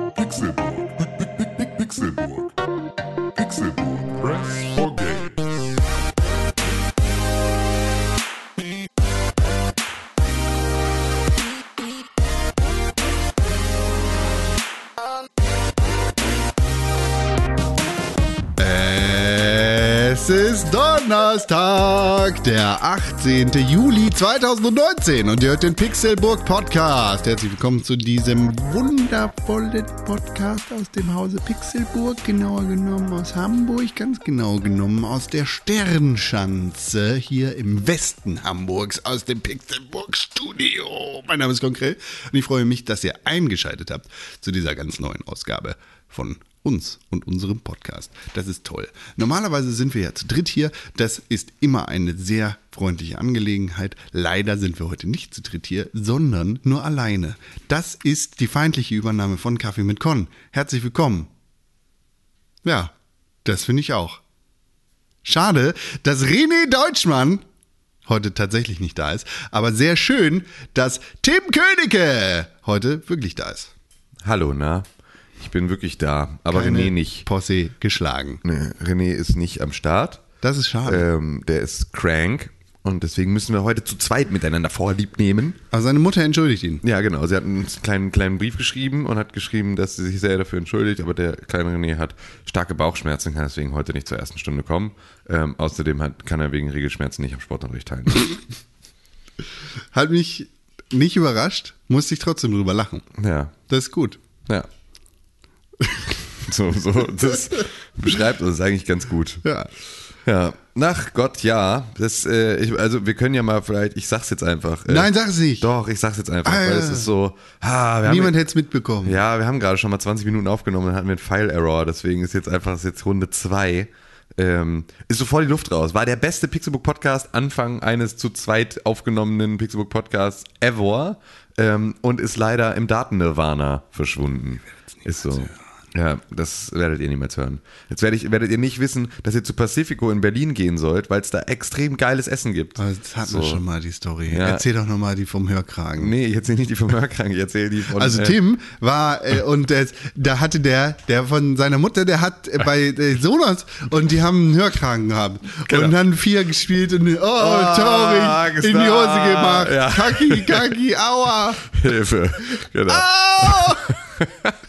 Pixelburg. Pi- pi- pi- pi- Pixelburg. Pixelburg. Press for Games. Es ist Donnerstag, der 18. Juli 2019 und ihr hört den Pixelburg Podcast. Herzlich willkommen zu diesem wundervollen Podcast aus dem Hause Pixelburg, genauer genommen aus Hamburg, ganz genau genommen aus der Sternschanze hier im Westen Hamburgs, aus dem Pixelburg Studio. Mein Name ist Konkret und ich freue mich, dass ihr eingeschaltet habt zu dieser ganz neuen Ausgabe von uns und unserem Podcast. Das ist toll. Normalerweise sind wir ja zu dritt hier. Das ist immer eine sehr freundliche Angelegenheit. Leider sind wir heute nicht zu dritt hier, sondern nur alleine. Das ist die feindliche Übernahme von Kaffee mit Con. Herzlich willkommen. Ja, das finde ich auch. Schade, dass René Deutschmann heute tatsächlich nicht da ist, aber sehr schön, dass Tim Königke heute wirklich da ist. Hallo, na? Ich bin wirklich da, aber René nicht. Posse geschlagen. Nee, René ist nicht am Start. Das ist schade. Ähm, der ist crank und deswegen müssen wir heute zu zweit miteinander vorlieb nehmen. Aber Also seine Mutter entschuldigt ihn. Ja, genau. Sie hat uns einen kleinen, kleinen Brief geschrieben und hat geschrieben, dass sie sich sehr dafür entschuldigt, aber der kleine René hat starke Bauchschmerzen, kann deswegen heute nicht zur ersten Stunde kommen. Ähm, außerdem hat, kann er wegen Regelschmerzen nicht am Sportunterricht teilnehmen. Hat mich nicht überrascht, musste ich trotzdem drüber lachen. ja, Das ist gut. ja. So, so, das beschreibt uns eigentlich ganz gut. Ja. Ja, nach Gott, ja. Das, äh, ich, also wir können ja mal vielleicht, ich sag's jetzt einfach. Äh, Nein, sag es nicht. Doch, ich sag's jetzt einfach, Ah, weil ja. es ist so, ha, wir Niemand haben, hätte es mitbekommen. ja, wir haben gerade schon mal 20 Minuten aufgenommen, dann hatten wir einen File-Error, deswegen ist jetzt einfach, ist jetzt Runde 2. Ähm, ist so voll die Luft raus. War der beste Pixelbook-Podcast, Anfang eines zu zweit aufgenommenen Pixelbook-Podcasts ever ähm, und ist leider im Daten-Nirvana verschwunden. Ist so. Ja, das werdet ihr niemals hören. Jetzt werdet, ich, werdet ihr nicht wissen, dass ihr zu Pacifico in Berlin gehen sollt, weil es da extrem geiles Essen gibt. Aber Also, das hatten wir So. schon mal, die Story. Ja. Erzähl doch nochmal die vom Hörkragen. Nee, ich erzähle nicht die vom Hörkrank, ich erzähle die von. Also äh, Tim war äh, und äh, da hatte der, der von seiner Mutter, der hat äh, bei äh, Sonos und die haben einen Hörkragen gehabt Genau. und dann vier gespielt und oh, sorry, in die Hose Star. gemacht. Ah, Ja. Kaki, kaki, aua. Hilfe. Genau. Au!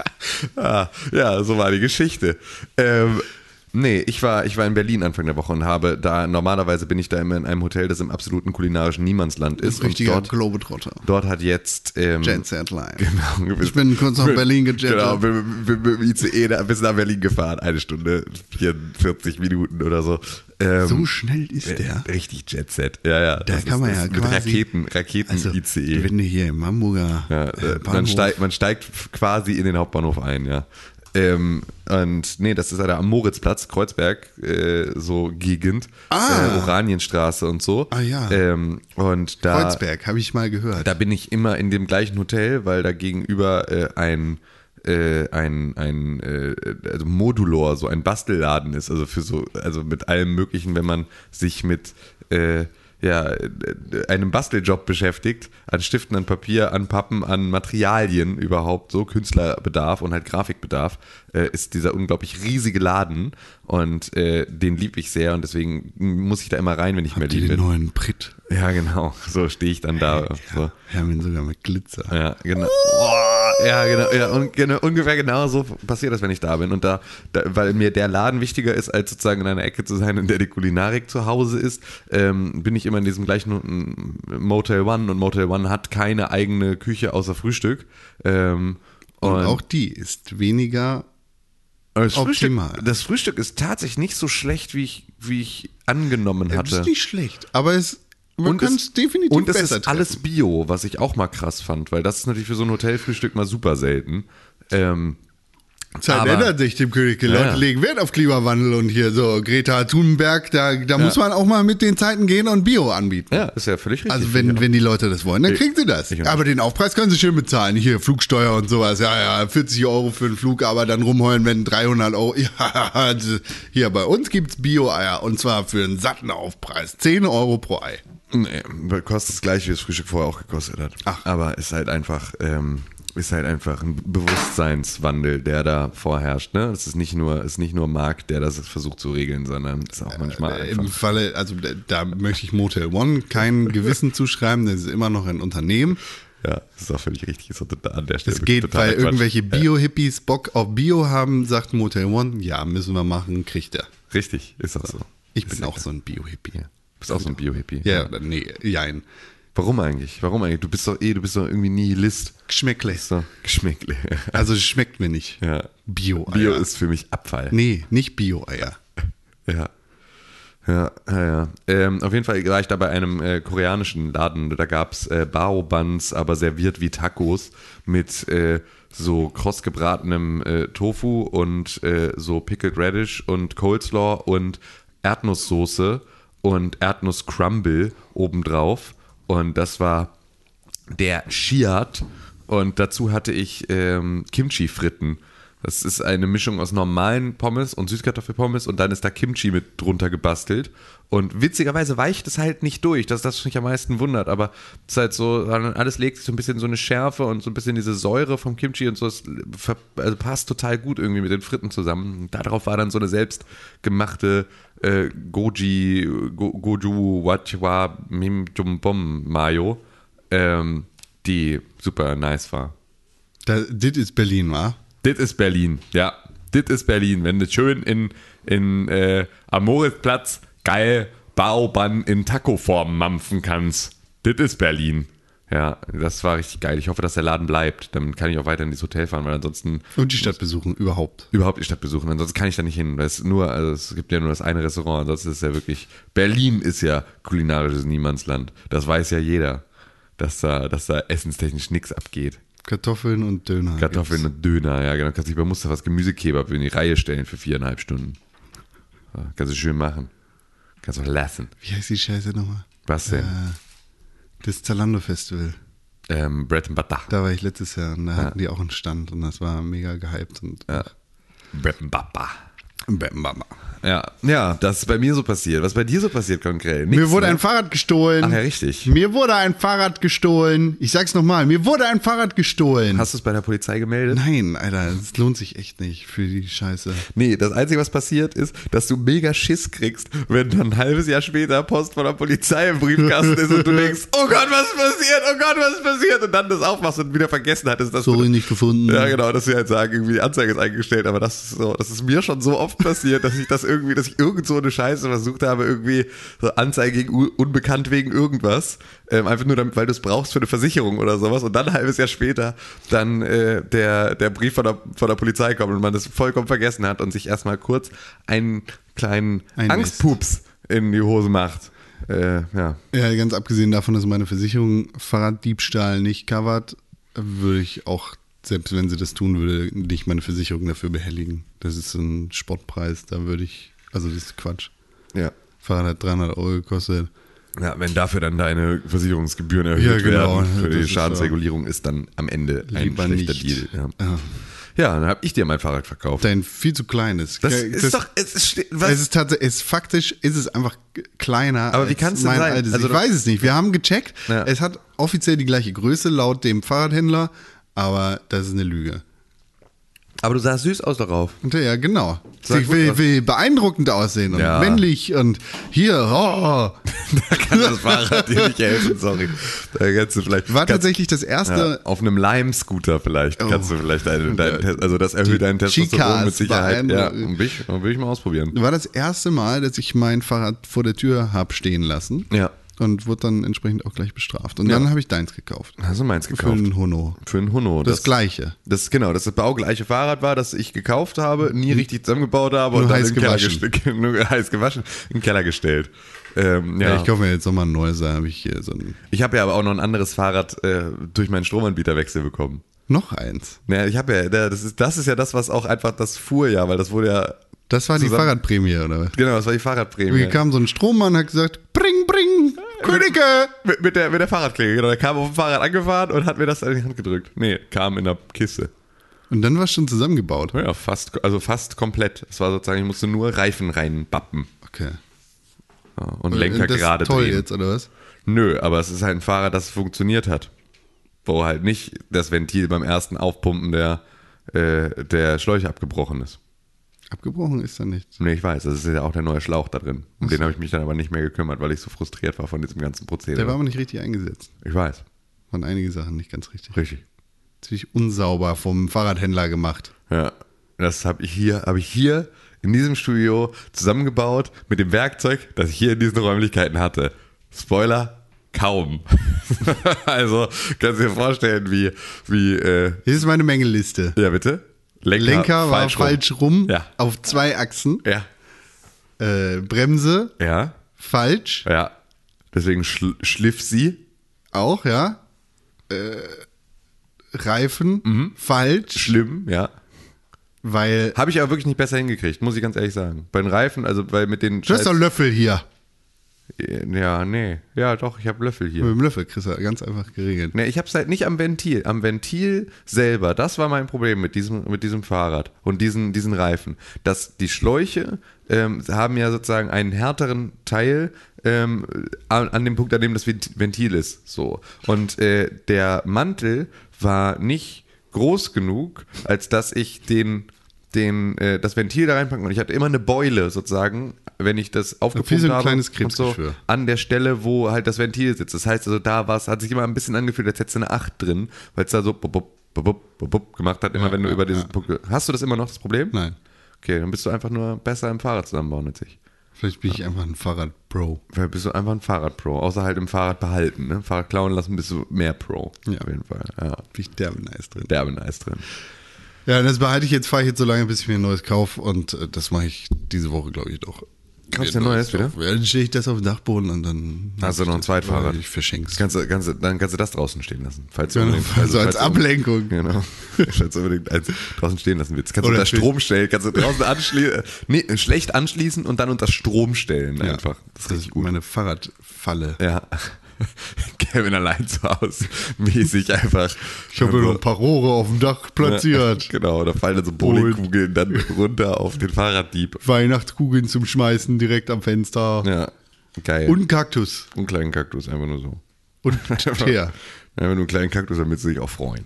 Ah, ja, so war die Geschichte. Ähm, nee, ich war, ich war in Berlin Anfang der Woche und habe da, normalerweise bin ich da immer in einem Hotel, das im absoluten kulinarischen Niemandsland ist. Und Richtiger dort, Globetrotter. dort hat jetzt. Ähm, Jet Set Line. Genau, Ich bin kurz nach Berlin gejettet. Genau, bin, bin, bin mit dem ICE da- bis nach Berlin gefahren. Eine Stunde, 44 Minuten oder so. Ähm, So schnell ist der. äh, Richtig Jet Set. Ja, ja. Da das kann man das ja Mit quasi- Raketen, Raketen ICE. Wenn du Also, hier im Hamburger Ja, äh, äh, man, Bahnhof- steigt, man steigt quasi in den Hauptbahnhof ein, ja. Ähm, und nee, das ist leider am Moritzplatz, Kreuzberg, äh, so Gegend, Ah. äh, Oranienstraße und so. Ah, ja. Ähm, und da, Kreuzberg, habe ich mal gehört. da bin ich immer in dem gleichen Hotel, weil da gegenüber äh, ein äh, ein, ein äh, also Modulor, so ein Bastelladen ist, also für so, also mit allem möglichen, wenn man sich mit äh, ja, äh, einem Basteljob beschäftigt, an Stiften, an Papier, an Pappen, an Materialien überhaupt, so Künstlerbedarf und halt Grafikbedarf, äh, ist dieser unglaublich riesige Laden und äh, den lieb ich sehr und deswegen muss ich da immer rein, wenn ich mehr die liebe. den neuen Brit. Ja, genau, so stehe ich dann da. So. Wir haben ihn sogar mit Glitzer. Ja, genau. Ja, genau. Ja, und genau, ungefähr genau so passiert das, wenn ich da bin. Und da, da, weil mir der Laden wichtiger ist, als sozusagen in einer Ecke zu sein, in der die Kulinarik zu Hause ist, ähm, bin ich immer in diesem gleichen mm, Motel One. Und Motel One hat keine eigene Küche außer Frühstück. Ähm, Und, auch die ist weniger. das optimal. Frühstück, das Frühstück ist tatsächlich nicht so schlecht, wie ich, wie ich angenommen hatte. Das ist nicht schlecht, aber es, man kann es definitiv und es besser ist alles Bio, was ich auch mal krass fand, weil das ist natürlich für so ein Hotelfrühstück mal super selten. Ähm, treffen. Zeit aber- ändert halt sich dem König. Die Leute ja. legen Wert auf Klimawandel und hier so Greta Thunberg, da, da muss man auch mal mit den Zeiten gehen und Bio anbieten. ja, ist ja völlig richtig. Also wenn, wenn die Leute das wollen, dann kriegen sie das. ich- Aber den Aufpreis können sie schön bezahlen. Hier Flugsteuer und sowas. Ja, ja, 40 Euro für den Flug, aber dann rumheulen, wenn 300 Euro. Ja, also hier bei uns gibt's Bio-Eier und zwar für einen satten Aufpreis. 10 Euro pro Ei. äh, Nee, kostet das gleiche, wie das Frühstück vorher auch gekostet hat. Ach. Aber ist halt einfach, ähm, ist halt einfach ein Bewusstseinswandel, der da vorherrscht. Ne? Es ist nicht nur, ist nicht nur Marc, der das versucht zu regeln, sondern ist auch manchmal Äh, einfach. Im Falle, also da, da möchte ich Motel One kein Gewissen zuschreiben, das ist immer noch ein Unternehmen. Ja, das ist auch völlig richtig. Ist auch total, an der Stelle äh, Es geht, total weil Quatsch. irgendwelche Bio-Hippies Bock auf Bio haben, sagt Motel One, ja, müssen wir machen, kriegt er. Richtig, ist auch so. Ich Ist bin ja auch klar. so ein Bio-Hippie. Ja. Bist auch so ein Bio-Hippie. Ja, oder nee, jein. Warum eigentlich? Warum eigentlich? Du bist doch eh, du bist doch irgendwie Nihilist. Geschmäckle. So, Geschmäckle. Also es schmeckt mir nicht. Ja. Bio-Eier. Bio ist für mich Abfall. Nee, nicht Bio-Eier. Ja. Ja, ja, ja. Ähm, auf jeden Fall war ich da bei einem äh, koreanischen Laden. Da gab es äh, Baobans, aber serviert wie Tacos mit äh, so kross gebratenem äh, Tofu und äh, so Pickled Radish und Coleslaw und Erdnusssoße und Erdnusscrumble obendrauf. Und das war der Shiat. Und dazu hatte ich ähm, Kimchi-Fritten. Das ist eine Mischung aus normalen Pommes und Süßkartoffelpommes und dann ist da Kimchi mit drunter gebastelt. Und witzigerweise weicht es halt nicht durch, das ist das, was mich am meisten wundert. Aber es ist halt so, dann alles legt sich so ein bisschen so eine Schärfe und so ein bisschen diese Säure vom Kimchi und so. Es ver- also passt total gut irgendwie mit den Fritten zusammen. Und darauf war dann so eine selbstgemachte äh, Goji, Go, Goju, Wachwa, Mim, Jum, Bom, Mayo ähm, die super nice war. Das, das ist Berlin, wa? Dit ist Berlin, ja. Dit ist Berlin. Wenn du schön in, in äh, Amorisplatz geil Baoban in Taco-Form mampfen kannst. Dit ist Berlin. Ja, das war richtig geil. Ich hoffe, dass der Laden bleibt. Dann kann ich auch weiter in das Hotel fahren, weil ansonsten Und die Stadt besuchen, überhaupt. überhaupt die Stadt besuchen. Ansonsten kann ich da nicht hin. Weil es nur, also es gibt ja nur das eine Restaurant. Ansonsten ist ja wirklich. Berlin ist ja kulinarisches Niemandsland. Das weiß ja jeder, dass da, dass da essenstechnisch nichts abgeht. Kartoffeln und Döner. Kartoffeln und Döner, ja genau. Kannst dich bei Mustafas Gemüsekebab in die Reihe stellen für viereinhalb Stunden. Ja, Kannst du schön machen. Kannst auch lassen. Wie heißt die Scheiße nochmal? Äh, Was denn? Das Zalando-Festival. Ähm, Bread and Butter. Da war ich letztes Jahr und da hatten die auch einen Stand und das war mega gehypt. Und ja. Bread and Butter. Bam, bam, bam. Ja, ja, das ist bei mir so passiert. Was ist bei dir so passiert konkret? Nix, Mir wurde ne? ein Fahrrad gestohlen. Ach ja, richtig. Mir wurde ein Fahrrad gestohlen. Ich sag's nochmal, mir wurde ein Fahrrad gestohlen. Hast du es bei der Polizei gemeldet? Nein, Alter, es lohnt sich echt nicht für die Scheiße. Nee, das Einzige, was passiert ist, dass du mega Schiss kriegst, wenn dann ein halbes Jahr später Post von der Polizei im Briefkasten ist und du denkst, oh Gott, was ist passiert? Oh Gott, was ist passiert? Und dann das aufmachst und wieder vergessen hattest, dass du Sorry, nicht gefunden. Ja, genau, dass sie halt sagen, irgendwie die Anzeige ist eingestellt, aber das ist so, das ist mir schon so oft passiert, dass ich das irgendwie, dass ich irgend so eine Scheiße versucht habe, irgendwie so Anzeige gegen u- unbekannt wegen irgendwas, ähm, einfach nur damit, weil du es brauchst für eine Versicherung oder sowas und dann ein halbes Jahr später dann äh, der, der Brief von der, von der Polizei kommt und man das vollkommen vergessen hat und sich erstmal kurz einen kleinen Ein Angstpups in die Hose macht. Äh, ja. Ja, ganz abgesehen davon, dass meine Versicherung Fahrraddiebstahl nicht covert, würde ich auch, selbst wenn sie das tun würde, nicht meine Versicherung dafür behelligen. Das ist ein Sportpreis, da würde ich, also das ist Quatsch. ja. Fahrrad hat 300 Euro gekostet. Ja, wenn dafür dann deine Versicherungsgebühren erhöht Ja, genau. werden für Das die ist Schadensregulierung, ist dann am Ende ein Lieber schlechter nicht. Deal. Ja, Ja. ja dann habe ich dir mein Fahrrad verkauft. Dein viel zu kleines. das Ge- ist doch, es ist, ste- was, Es ist tatsächlich, es faktisch ist es einfach g- kleiner. Aber wie als kann's denn mein sein? Altes. Also ich das- weiß es nicht. Wir haben gecheckt. Ja. Es hat offiziell die gleiche Größe laut dem Fahrradhändler, aber das ist eine Lüge. aber du sahst süß aus darauf. Und ja, genau. Sah ich gut will, aus. will beeindruckend aussehen und Ja. männlich und hier. Oh. Da kann das Fahrrad dir nicht helfen, sorry. Da kannst du vielleicht, War kannst, tatsächlich das ja, erste. Oh. auf einem Lime-Scooter vielleicht kannst du vielleicht deinen, deinen Test, also das erhöht deinen Testosteron Chicas mit Sicherheit. Ja, beeindrucken. und will ich, und will ich mal ausprobieren. War das erste Mal, dass ich mein Fahrrad vor der Tür habe stehen lassen. Ja. Und wurde dann entsprechend auch gleich bestraft. Und dann habe ich deins gekauft. Hast du meins Für gekauft? einen Hono. Für einen Hunno. Das, gleiche. Das genau, dass das baugleiche Fahrrad war, das ich gekauft habe, nie richtig zusammengebaut habe und Nur dann heiß im Keller gewaschen. gest- nur heiß gewaschen, im Keller gestellt. Ähm, ja. Ja, ich kaufe mir jetzt nochmal ein neues, da habe ich hier so ein. ich habe ja aber auch noch ein anderes Fahrrad äh, durch meinen Stromanbieterwechsel bekommen. Noch eins. Naja, ich habe ja, da- das ist, das ist ja das, was auch einfach das fuhr ja, weil das wurde ja, Das war die Zusammen- Fahrradprämie, oder was? genau, das war die Hier Fahrradprämie. kam so ein Strommann und hat gesagt, bring, bring, Könige! Mit, mit, der, mit der Fahrradklinge, genau. Der kam auf dem Fahrrad angefahren und hat mir das in die Hand gedrückt. Nee, kam in der Kiste. Und dann war es schon zusammengebaut. Ja, fast, also fast komplett. Es war sozusagen, ich musste nur Reifen reinbappen Okay. ja, und Lenker das ist gerade toll drehen. jetzt, oder was? Nö, aber es ist halt ein Fahrrad, das funktioniert hat. wo halt nicht das Ventil beim ersten Aufpumpen der, äh, der Schläuche abgebrochen ist. Abgebrochen ist da nichts. Nee, ich weiß, das ist ja auch der neue Schlauch da drin. Um den habe ich mich dann aber nicht mehr gekümmert, weil ich so frustriert war von diesem ganzen Der war Prozedere. aber nicht richtig eingesetzt. Ich weiß, Waren einige Sachen nicht ganz richtig. richtig. Ziemlich unsauber vom Fahrradhändler gemacht. Ja. Das habe ich hier, habe ich hier in diesem Studio zusammengebaut mit dem Werkzeug, das ich hier in diesen Räumlichkeiten hatte. Spoiler, kaum. also kannst du dir vorstellen, wie, wie, äh, Hier ist meine Mängelliste. ja bitte? Lenker, Lenker war rum. falsch rum, Ja. auf zwei Achsen. Ja. Äh, Bremse Ja. falsch, Ja. Deswegen schl schliff sie. auch, ja. Äh, Reifen Mhm. falsch, Schlimm, ja. weil. Habe ich aber wirklich nicht besser hingekriegt, muss ich ganz ehrlich sagen. Bei den Reifen, also weil mit den Das ist doch ein Löffel hier. Ja, nee. Ja, doch, ich habe Löffel hier. Mit dem Löffel, Chris, ganz einfach geregelt. Ne, ich hab's halt nicht am Ventil. Am Ventil selber, das war mein Problem mit diesem, mit diesem Fahrrad und diesen, diesen Reifen. Dass die Schläuche ähm, haben ja sozusagen einen härteren Teil ähm, an, an dem Punkt, an dem das Vent- Ventil ist. So. Und äh, der Mantel war nicht groß genug, als dass ich den den, äh, das Ventil da reinpacken und ich hatte immer eine Beule sozusagen, wenn ich das aufgepumpt so ein habe kleines und so Krebsgeschwür. an der Stelle, wo halt das Ventil sitzt. Das heißt also, da war's, hat sich immer ein bisschen angefühlt, als hättest du eine 8 drin, weil es da so bup, bup, bup, bup, bup, bup gemacht hat, immer wenn du über diesen Punkt. Hast du das immer noch, das Problem? Nein. Okay, dann bist du einfach nur besser im Fahrrad zusammenbauen als ich. Vielleicht bin ich einfach ein Fahrrad-Bro. Weil bist du einfach ein Fahrrad-Pro, außer halt im Fahrrad behalten. Ne? Fahrrad klauen lassen bist du mehr Pro. Ja. Auf jeden Fall. Ja. Bin ich derbe nice drin. Derbe nice drin. Ja, das behalte ich jetzt, fahre ich jetzt so lange, bis ich mir ein neues kaufe und äh, das mache ich diese Woche, glaube ich, doch. Kaufst Mir du ein neues wieder? kaufen. Ja, dann stehe ich das auf dem Dachboden und dann. Hast du noch ein Zweitfahrrad? Ich verschenk's. Kannst du, kannst du, dann kannst du das draußen stehen lassen. Falls du Genau, unbedingt- so als falls du- Ablenkung. Genau. Falls du unbedingt eins draußen stehen lassen willst. Kannst Oder du unter schön- Strom stellen, kannst du draußen anschließen, nee, schlecht anschließen und dann unter Strom stellen Ja, einfach. Das ist richtig gut. meine Fahrradfalle. Ja. Kevin allein zu Hause mäßig einfach. Ich habe mir noch ein paar Rohre auf dem Dach platziert. Genau, da fallen dann so Bowlingkugeln dann runter auf den Fahrraddieb. Weihnachtskugeln zum Schmeißen direkt am Fenster. Ja, geil. Und Kaktus. einen kleinen Kaktus, einfach nur so. Und Teer. Einfach nur einen kleinen Kaktus, damit sie sich auch freuen.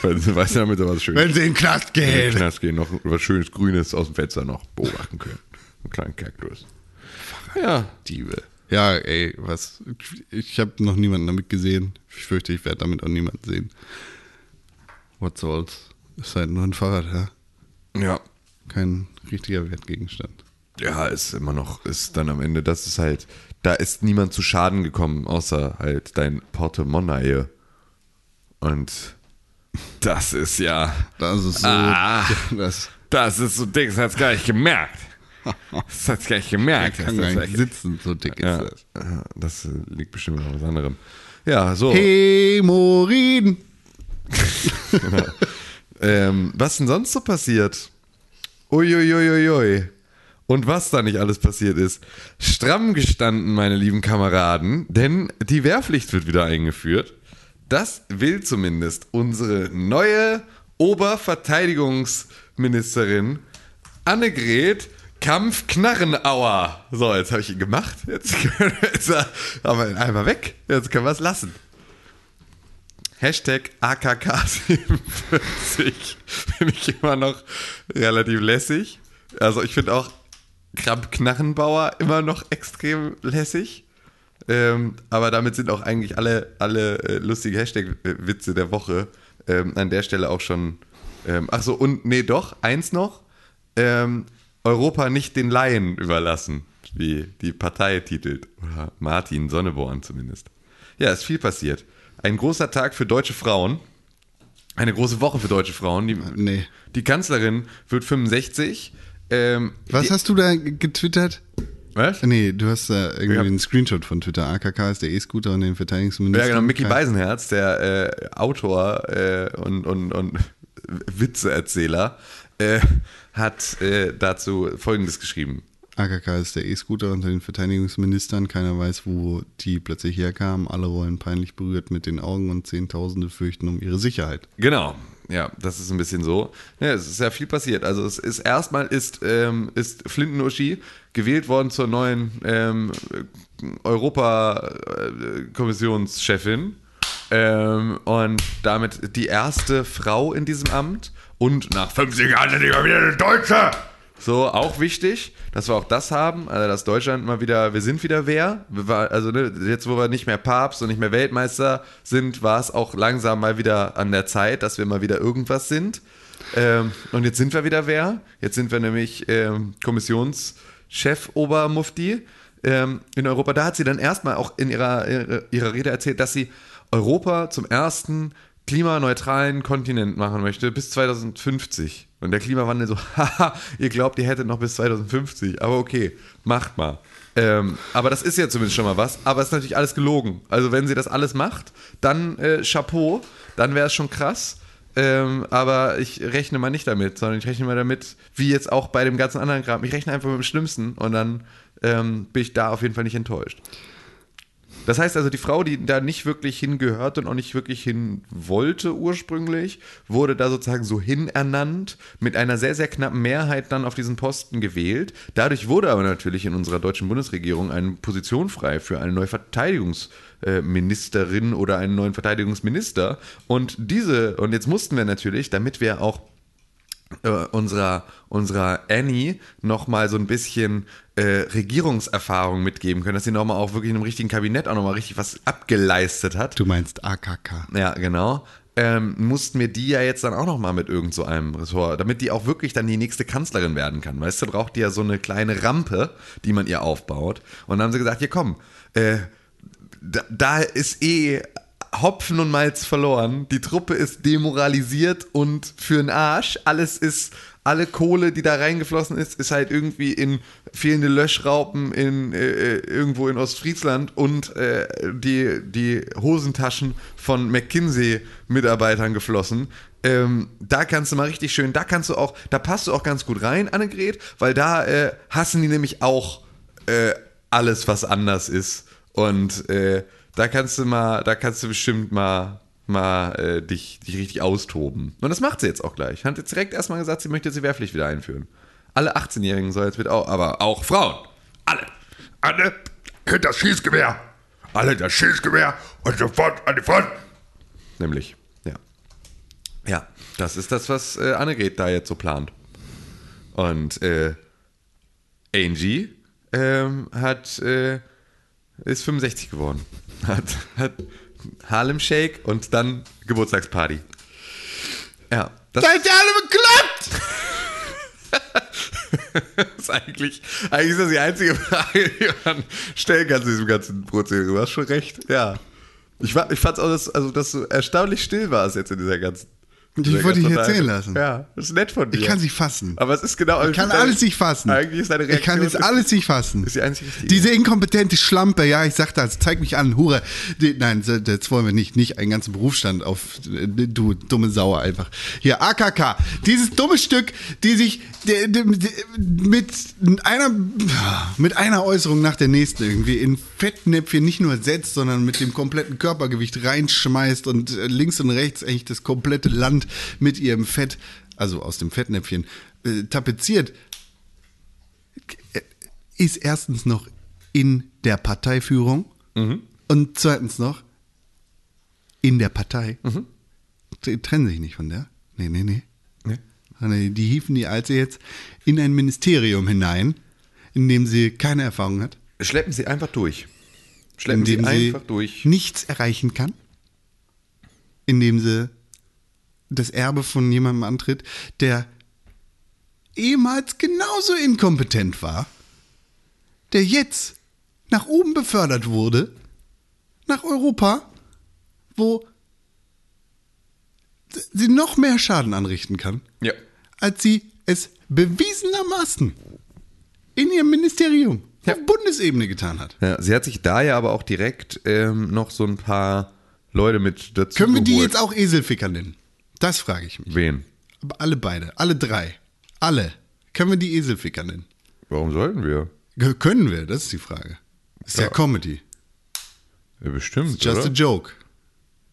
Weil sie weiß, damit sie was Schönes Wenn sie in den Knast in den gehen. Knast gehen, noch was schönes Grünes aus dem Fenster noch beobachten können. Einen kleinen Kaktus. Ja. Diebe. Ja, ey, was? Ich habe noch niemanden damit gesehen. Ich fürchte, ich werde damit auch niemanden sehen. What soll's? Ist halt nur ein Fahrrad, ja. Ja. Kein richtiger Wertgegenstand. Ja, ist immer noch, ist dann am Ende, das ist halt, da ist niemand zu Schaden gekommen, außer halt dein Portemonnaie. Und das ist ja, Das ist so. Ah. Das das ist so dick, das hat's gar nicht gemerkt. Das hat's gar nicht gemerkt. kann das gar nicht sitzen, so dick ist ja, das. das liegt bestimmt an was anderem. Ja, so. Hämorrhoiden. Ähm, was denn sonst so passiert? Uiuiuiui. Und was da nicht alles passiert ist. Stramm gestanden, meine lieben Kameraden, denn die Wehrpflicht wird wieder eingeführt. Das will zumindest unsere neue Oberverteidigungsministerin Annegret Kampf-Knarrenauer. So, jetzt habe ich ihn gemacht. Jetzt ist er aber einmal weg. Jetzt können wir es lassen. Hashtag AKK47 finde ich immer noch relativ lässig. Also ich finde auch Kramp-Knarrenbauer immer noch extrem lässig. Ähm, aber damit sind auch eigentlich alle, alle äh, lustigen Hashtag-Witze der Woche ähm, an der Stelle auch schon. Ähm, Achso, und nee, doch, eins noch. Ähm, Europa nicht den Laien überlassen, wie die Partei titelt. Oder Martin Sonneborn zumindest. Ja, ist viel passiert. Ein großer Tag für deutsche Frauen. Eine große Woche für deutsche Frauen. Die, Nee. die Kanzlerin wird 65. Ähm, Was die, hast du da getwittert? was? Nee, du hast da irgendwie Ja. einen Screenshot von Twitter. AKK ist der E-Scooter und den Verteidigungsminister. Ja, genau, Mickey Beisenherz, der äh, Autor äh, und, und, und Witzeerzähler, äh, hat äh, dazu Folgendes geschrieben. AKK ist der E-Scooter unter den Verteidigungsministern. Keiner weiß, wo die plötzlich herkamen. Alle rollen peinlich berührt mit den Augen und Zehntausende fürchten um ihre Sicherheit. Genau. Ja, das ist ein bisschen so. Ja, es ist ja viel passiert. Also es ist erstmal ist, ähm, ist Flinten-Uschi gewählt worden zur neuen ähm, Europa-Kommissionschefin. Ähm, und damit die erste Frau in diesem Amt. Und nach 50 Jahren sind wir wieder eine Deutsche. So, auch wichtig, dass wir auch das haben, also dass Deutschland mal wieder, wir sind wieder wer. Wir war, also ne, jetzt, wo wir nicht mehr Papst und nicht mehr Weltmeister sind, war es auch langsam mal wieder an der Zeit, dass wir mal wieder irgendwas sind. Ähm, und jetzt sind wir wieder wer. Jetzt sind wir nämlich ähm, Kommissionschef Obermufti ähm, in Europa. Da hat sie dann erstmal auch in ihrer, ihrer, ihrer Rede erzählt, dass sie Europa zum ersten klimaneutralen Kontinent machen möchte bis 2050. Und der Klimawandel so, haha, ihr glaubt, ihr hättet noch bis 2050. Aber okay, macht mal. Ähm, aber das ist ja zumindest schon mal was. Aber es ist natürlich alles gelogen. Also wenn sie das alles macht, dann äh, Chapeau, dann wäre es schon krass. Ähm, aber ich rechne mal nicht damit, sondern ich rechne mal damit, wie jetzt auch bei dem ganzen anderen Kram. Ich rechne einfach mit dem Schlimmsten und dann ähm, bin ich da auf jeden Fall nicht enttäuscht. Das heißt also, die Frau, die da nicht wirklich hingehört und auch nicht wirklich hin wollte ursprünglich, wurde da sozusagen so hinernannt, mit einer sehr, sehr knappen Mehrheit dann auf diesen Posten gewählt. Dadurch wurde aber natürlich in unserer deutschen Bundesregierung eine Position frei für eine neue Verteidigungsministerin oder einen neuen Verteidigungsminister. Und diese, und jetzt mussten wir natürlich, damit wir auch äh, unserer, unserer Annie nochmal so ein bisschen äh, Regierungserfahrung mitgeben können, dass sie nochmal auch wirklich in einem richtigen Kabinett auch nochmal richtig was abgeleistet hat. Du meinst AKK. Ja, genau. Ähm, mussten wir die ja jetzt dann auch nochmal mit irgend so einem Ressort, damit die auch wirklich dann die nächste Kanzlerin werden kann. Weißt du, braucht die ja so eine kleine Rampe, die man ihr aufbaut. Und dann haben sie gesagt, hier komm, äh, da, da ist eh Hopfen und Malz verloren. Die Truppe ist demoralisiert und für den Arsch. Alles ist, alle Kohle, die da reingeflossen ist, ist halt irgendwie in fehlende Löschraupen in, äh, irgendwo in Ostfriesland und äh, die, die Hosentaschen von McKinsey-Mitarbeitern geflossen. Ähm, da kannst du mal richtig schön, da kannst du auch, da passt du auch ganz gut rein, Annegret, weil da äh, hassen die nämlich auch äh, alles, was anders ist. Und äh, da kannst du mal, da kannst du bestimmt mal, mal äh, dich, dich richtig austoben. Und das macht sie jetzt auch gleich. Hat jetzt direkt erstmal gesagt, sie möchte jetzt die Wehrpflicht wieder einführen. Alle 18-Jährigen soll jetzt mit auch, aber auch Frauen. Alle, alle hinter das Schießgewehr. Alle hinter das Schießgewehr und sofort an die Front. Nämlich. Ja. Ja, das ist das, was äh, Annegret da jetzt so plant. Und äh, Angie ähm, hat, äh, ist 65 geworden. Hat, hat Harlem Shake und dann Geburtstagsparty. Ja, das Seid ihr alle bekloppt? ist eigentlich, eigentlich ist das die einzige Frage, die man stellen kann zu diesem ganzen Prozedere. Du hast schon recht, ja. Ich, war- ich fand auch, dass, also, dass du erstaunlich still warst jetzt in dieser ganzen. in dieser wollte ganzen dich erzählen Unterhaltung. lassen. Ja, das ist nett von dir. Ich kann sie fassen. Aber es ist genau. Ich kann alles nicht fassen. Eigentlich ist deine Ich Reaktion. kann jetzt alles nicht fassen. Ist die einzig richtige. Diese inkompetente Schlampe, ja, ich sag das, zeig mich an, Hure. Die, nein, so- das wollen wir nicht, nicht einen ganzen Berufsstand auf, du dumme Sau einfach. Hier, AKK, dieses dumme Stück, die sich die, die, die, mit einer, mit einer Äußerung nach der nächsten irgendwie in Fettnäpfchen nicht nur setzt, sondern mit dem kompletten Körpergewicht reinschmeißt und äh, links und rechts eigentlich das komplette Land mit ihrem Fett, also aus dem Fettnäpfchen, äh, tapeziert ist erstens noch in der Parteiführung und zweitens noch in der Partei. Die trennen sich nicht von der. Nee, nee, nee. Nee. Sondern Die hieven die Alte jetzt in ein Ministerium hinein, in dem sie keine Erfahrung hat, Schleppen sie einfach durch. in Schleppen sie dem sie einfach durch. nichts erreichen kann, in dem sie das Erbe von jemandem antritt, der ehemals genauso inkompetent war, der jetzt nach oben befördert wurde, nach Europa, wo sie noch mehr Schaden anrichten kann, Ja. als sie es bewiesenermaßen in ihrem Ministerium Ja. auf Bundesebene getan hat. ja. Sie hat sich da ja aber auch direkt ähm, noch so ein paar Leute mit dazu. Können wir die geholt. jetzt auch Eselficker nennen? Das frage ich mich. Wen? Aber alle beide, alle drei, alle. Können wir die Eselficker nennen? Warum sollten wir? G- Können wir? Das ist die Frage. Ist ja, Ja. Comedy. Ja, bestimmt. Just a oder? joke.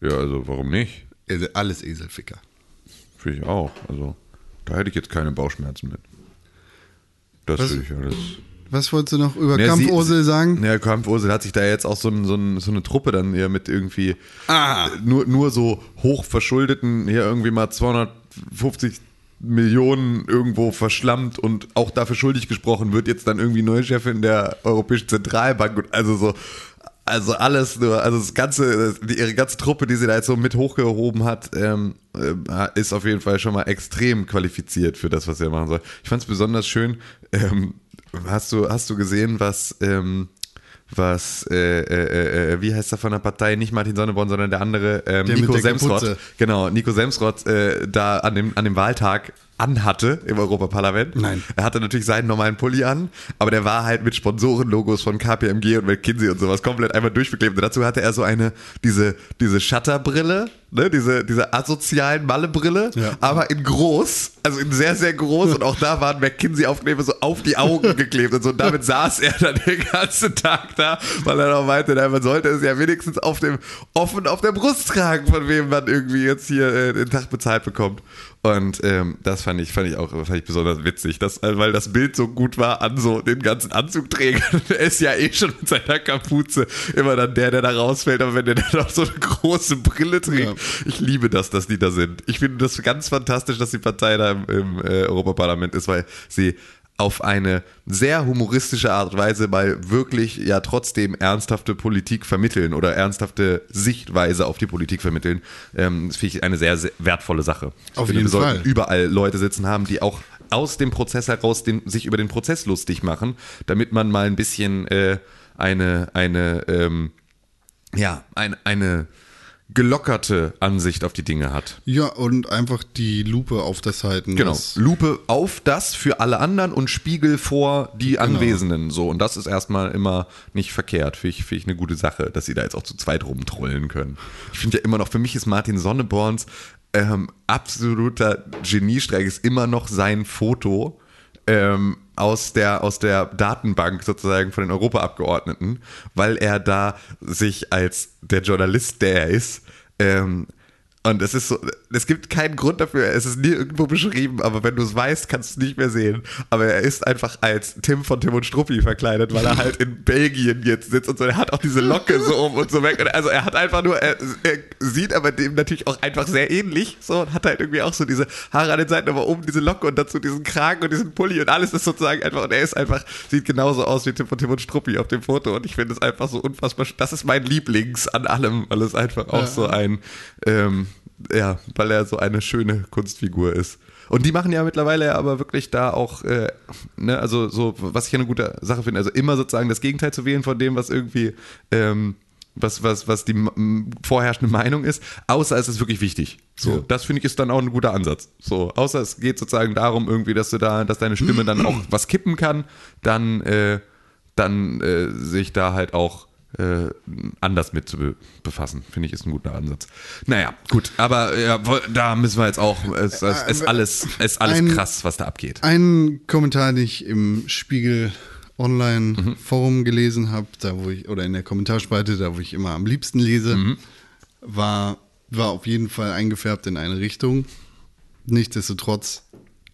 Ja, also warum nicht? Also Alles Eselficker. Finde ich auch. Also, da hätte ich jetzt keine Bauchschmerzen mit. Das Was- würde ich alles. Was wolltest du noch über Ja, sie- Kampfosel sagen? Ja, Kampfosel hat sich da jetzt auch so, ein, so, ein, so eine Truppe dann hier mit irgendwie Ah. nur, nur so hochverschuldeten, hier irgendwie mal 250 Millionen irgendwo verschlammt und auch dafür schuldig gesprochen wird jetzt dann irgendwie neue Chefin der Europäischen Zentralbank und also so. Also alles nur, also das ganze, die, ihre ganze Truppe, die sie da jetzt so mit hochgehoben hat, ähm, äh, ist auf jeden Fall schon mal extrem qualifiziert für das, was er machen soll. Ich fand es besonders schön. Ähm, hast du, hast du gesehen, was ähm, was, äh, äh, äh, wie heißt er von der Partei? Nicht Martin Sonneborn, sondern der andere, ähm, Der mit Nico der Semsrott. Kapuze. Genau, Nico Semsrott äh, da an dem, an dem Wahltag anhatte im Europaparlament. Nein. Er hatte natürlich seinen normalen Pulli an, aber der war halt mit Sponsorenlogos von KPMG und McKinsey und sowas komplett einmal durchbeklebt. Und dazu hatte er so eine, diese, diese Shutterbrille, ne, diese, diese asozialen Mallebrille, Ja. aber in groß, also in sehr, sehr groß. Und auch da waren McKinsey-Aufkleber so auf die Augen geklebt und so. Und damit saß er dann den ganzen Tag da, weil er noch meinte, na, man sollte es ja wenigstens auf dem, offen auf der Brust tragen, von wem man irgendwie jetzt hier äh, den Tag bezahlt bekommt. Und ähm, das fand ich, fand ich auch fand ich besonders witzig, dass, äh, weil das Bild so gut war an so den ganzen Anzugträger. Der ist ja eh schon mit seiner Kapuze immer dann der, der da rausfällt. Aber wenn der dann auch so eine große Brille trägt, Ja. ich liebe das, dass die da sind. Ich finde das ganz fantastisch, dass die Partei da im, im äh, Europaparlament ist, weil sie auf eine sehr humoristische Art und Weise mal wirklich ja trotzdem ernsthafte Politik vermitteln oder ernsthafte Sichtweise auf die Politik vermitteln. Ähm, das finde ich eine sehr, sehr wertvolle Sache. Ich Auf finde, jeden wir sollten Fall. überall Leute sitzen haben, die auch aus dem Prozess heraus den, sich über den Prozess lustig machen, damit man mal ein bisschen äh, eine, eine ähm, ja, ein, eine gelockerte Ansicht auf die Dinge hat. Ja, und einfach die Lupe auf das halten. Genau. Das, Lupe auf das für alle anderen und Spiegel vor die Anwesenden. So. Und das ist erstmal immer nicht verkehrt. Finde ich, finde ich eine gute Sache, dass sie da jetzt auch zu zweit rumtrollen können. Ich finde ja immer noch, für mich ist Martin Sonneborns ähm, absoluter Geniestreich, ist immer noch sein Foto ähm, aus, der, aus der Datenbank sozusagen von den Europaabgeordneten, weil er da sich als der Journalist, der er ist, ähm, und es ist so, es gibt keinen Grund dafür, es ist nie irgendwo beschrieben, aber wenn du es weißt, kannst du es nicht mehr sehen. Aber er ist einfach als Tim von Tim und Struppi verkleidet, weil er halt in Belgien jetzt sitzt und so. Er hat auch diese Locke so um und so weg. Und also er hat einfach nur, er, er sieht aber dem natürlich auch einfach sehr ähnlich so und hat halt irgendwie auch so diese Haare an den Seiten, aber oben diese Locke und dazu diesen Kragen und diesen Pulli und alles ist sozusagen einfach, und er ist einfach, sieht genauso aus wie Tim von Tim und Struppi auf dem Foto und ich finde es einfach so unfassbar, sch- das ist mein Lieblings an allem, weil es einfach auch so ein, ähm, ja, weil er so eine schöne Kunstfigur ist. Und die machen ja mittlerweile aber wirklich da auch, äh, ne, also so, was ich ja eine gute Sache finde, also immer sozusagen das Gegenteil zu wählen von dem, was irgendwie, ähm, was, was, was die m- vorherrschende Meinung ist, außer es ist wirklich wichtig. So, das finde ich ist dann auch ein guter Ansatz. So, außer es geht sozusagen darum, irgendwie, dass du da, dass deine Stimme dann auch was kippen kann, dann, äh, dann äh, sich da halt auch äh, anders mit zu be befassen. Finde ich ist ein guter Ansatz. Naja, gut, aber ja, wo- da müssen wir jetzt auch, es ist, es ist alles, es ist alles Ein- krass, was da abgeht. Ein Kommentar, den ich im Spiegel Online Forum gelesen habe, da wo ich oder in der Kommentarspalte, da wo ich immer am liebsten lese, war war auf jeden Fall eingefärbt in eine Richtung. Nichtsdestotrotz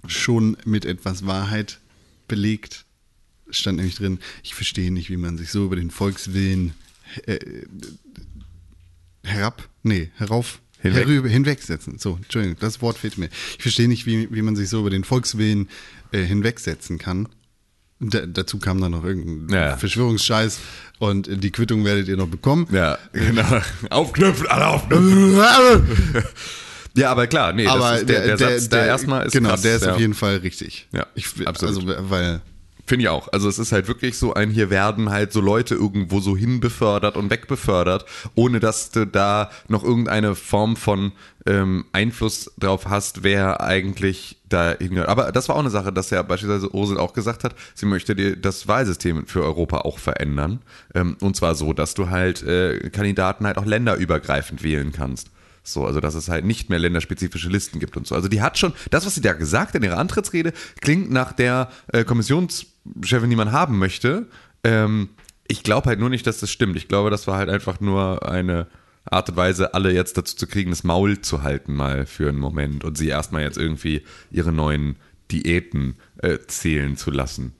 schon mit etwas Wahrheit belegt. Stand nämlich drin, ich verstehe nicht, wie man sich so über den Volkswillen äh, herab, nee, herauf, Hinweg. herüber, hinwegsetzen. So, Entschuldigung, das Wort fehlt mir. Ich verstehe nicht, wie, wie man sich so über den Volkswillen äh, hinwegsetzen kann. Da, dazu kam dann noch irgendein Ja. Verschwörungsscheiß und äh, die Quittung werdet ihr noch bekommen. Ja, genau. Aufknüpfen, alle aufknüpfen. Ja, aber klar, nee, Aber das ist der, der, Satz da der- erstmal ist Genau, krass, der ist ja. auf jeden Fall richtig. Ja, ich, absolut. Also, weil Finde ich auch. Also es ist halt wirklich so ein, hier werden halt so Leute irgendwo so hinbefördert und wegbefördert, ohne dass du da noch irgendeine Form von ähm, Einfluss drauf hast, wer eigentlich da hingehört. Aber das war auch eine Sache, dass ja beispielsweise Ursel auch gesagt hat, sie möchte dir das Wahlsystem für Europa auch verändern. Ähm, und zwar so, dass du halt äh, Kandidaten halt auch länderübergreifend wählen kannst. So, also dass es halt nicht mehr länderspezifische Listen gibt und so. Also die hat schon, das, was sie da gesagt hat in ihrer Antrittsrede, klingt nach der äh, Kommissionschefin, die man haben möchte. Ähm, ich glaube halt nur nicht, dass das stimmt. Ich glaube, das war halt einfach nur eine Art und Weise, alle jetzt dazu zu kriegen, das Maul zu halten mal für einen Moment und sie erstmal jetzt irgendwie ihre neuen Diäten äh, zählen zu lassen.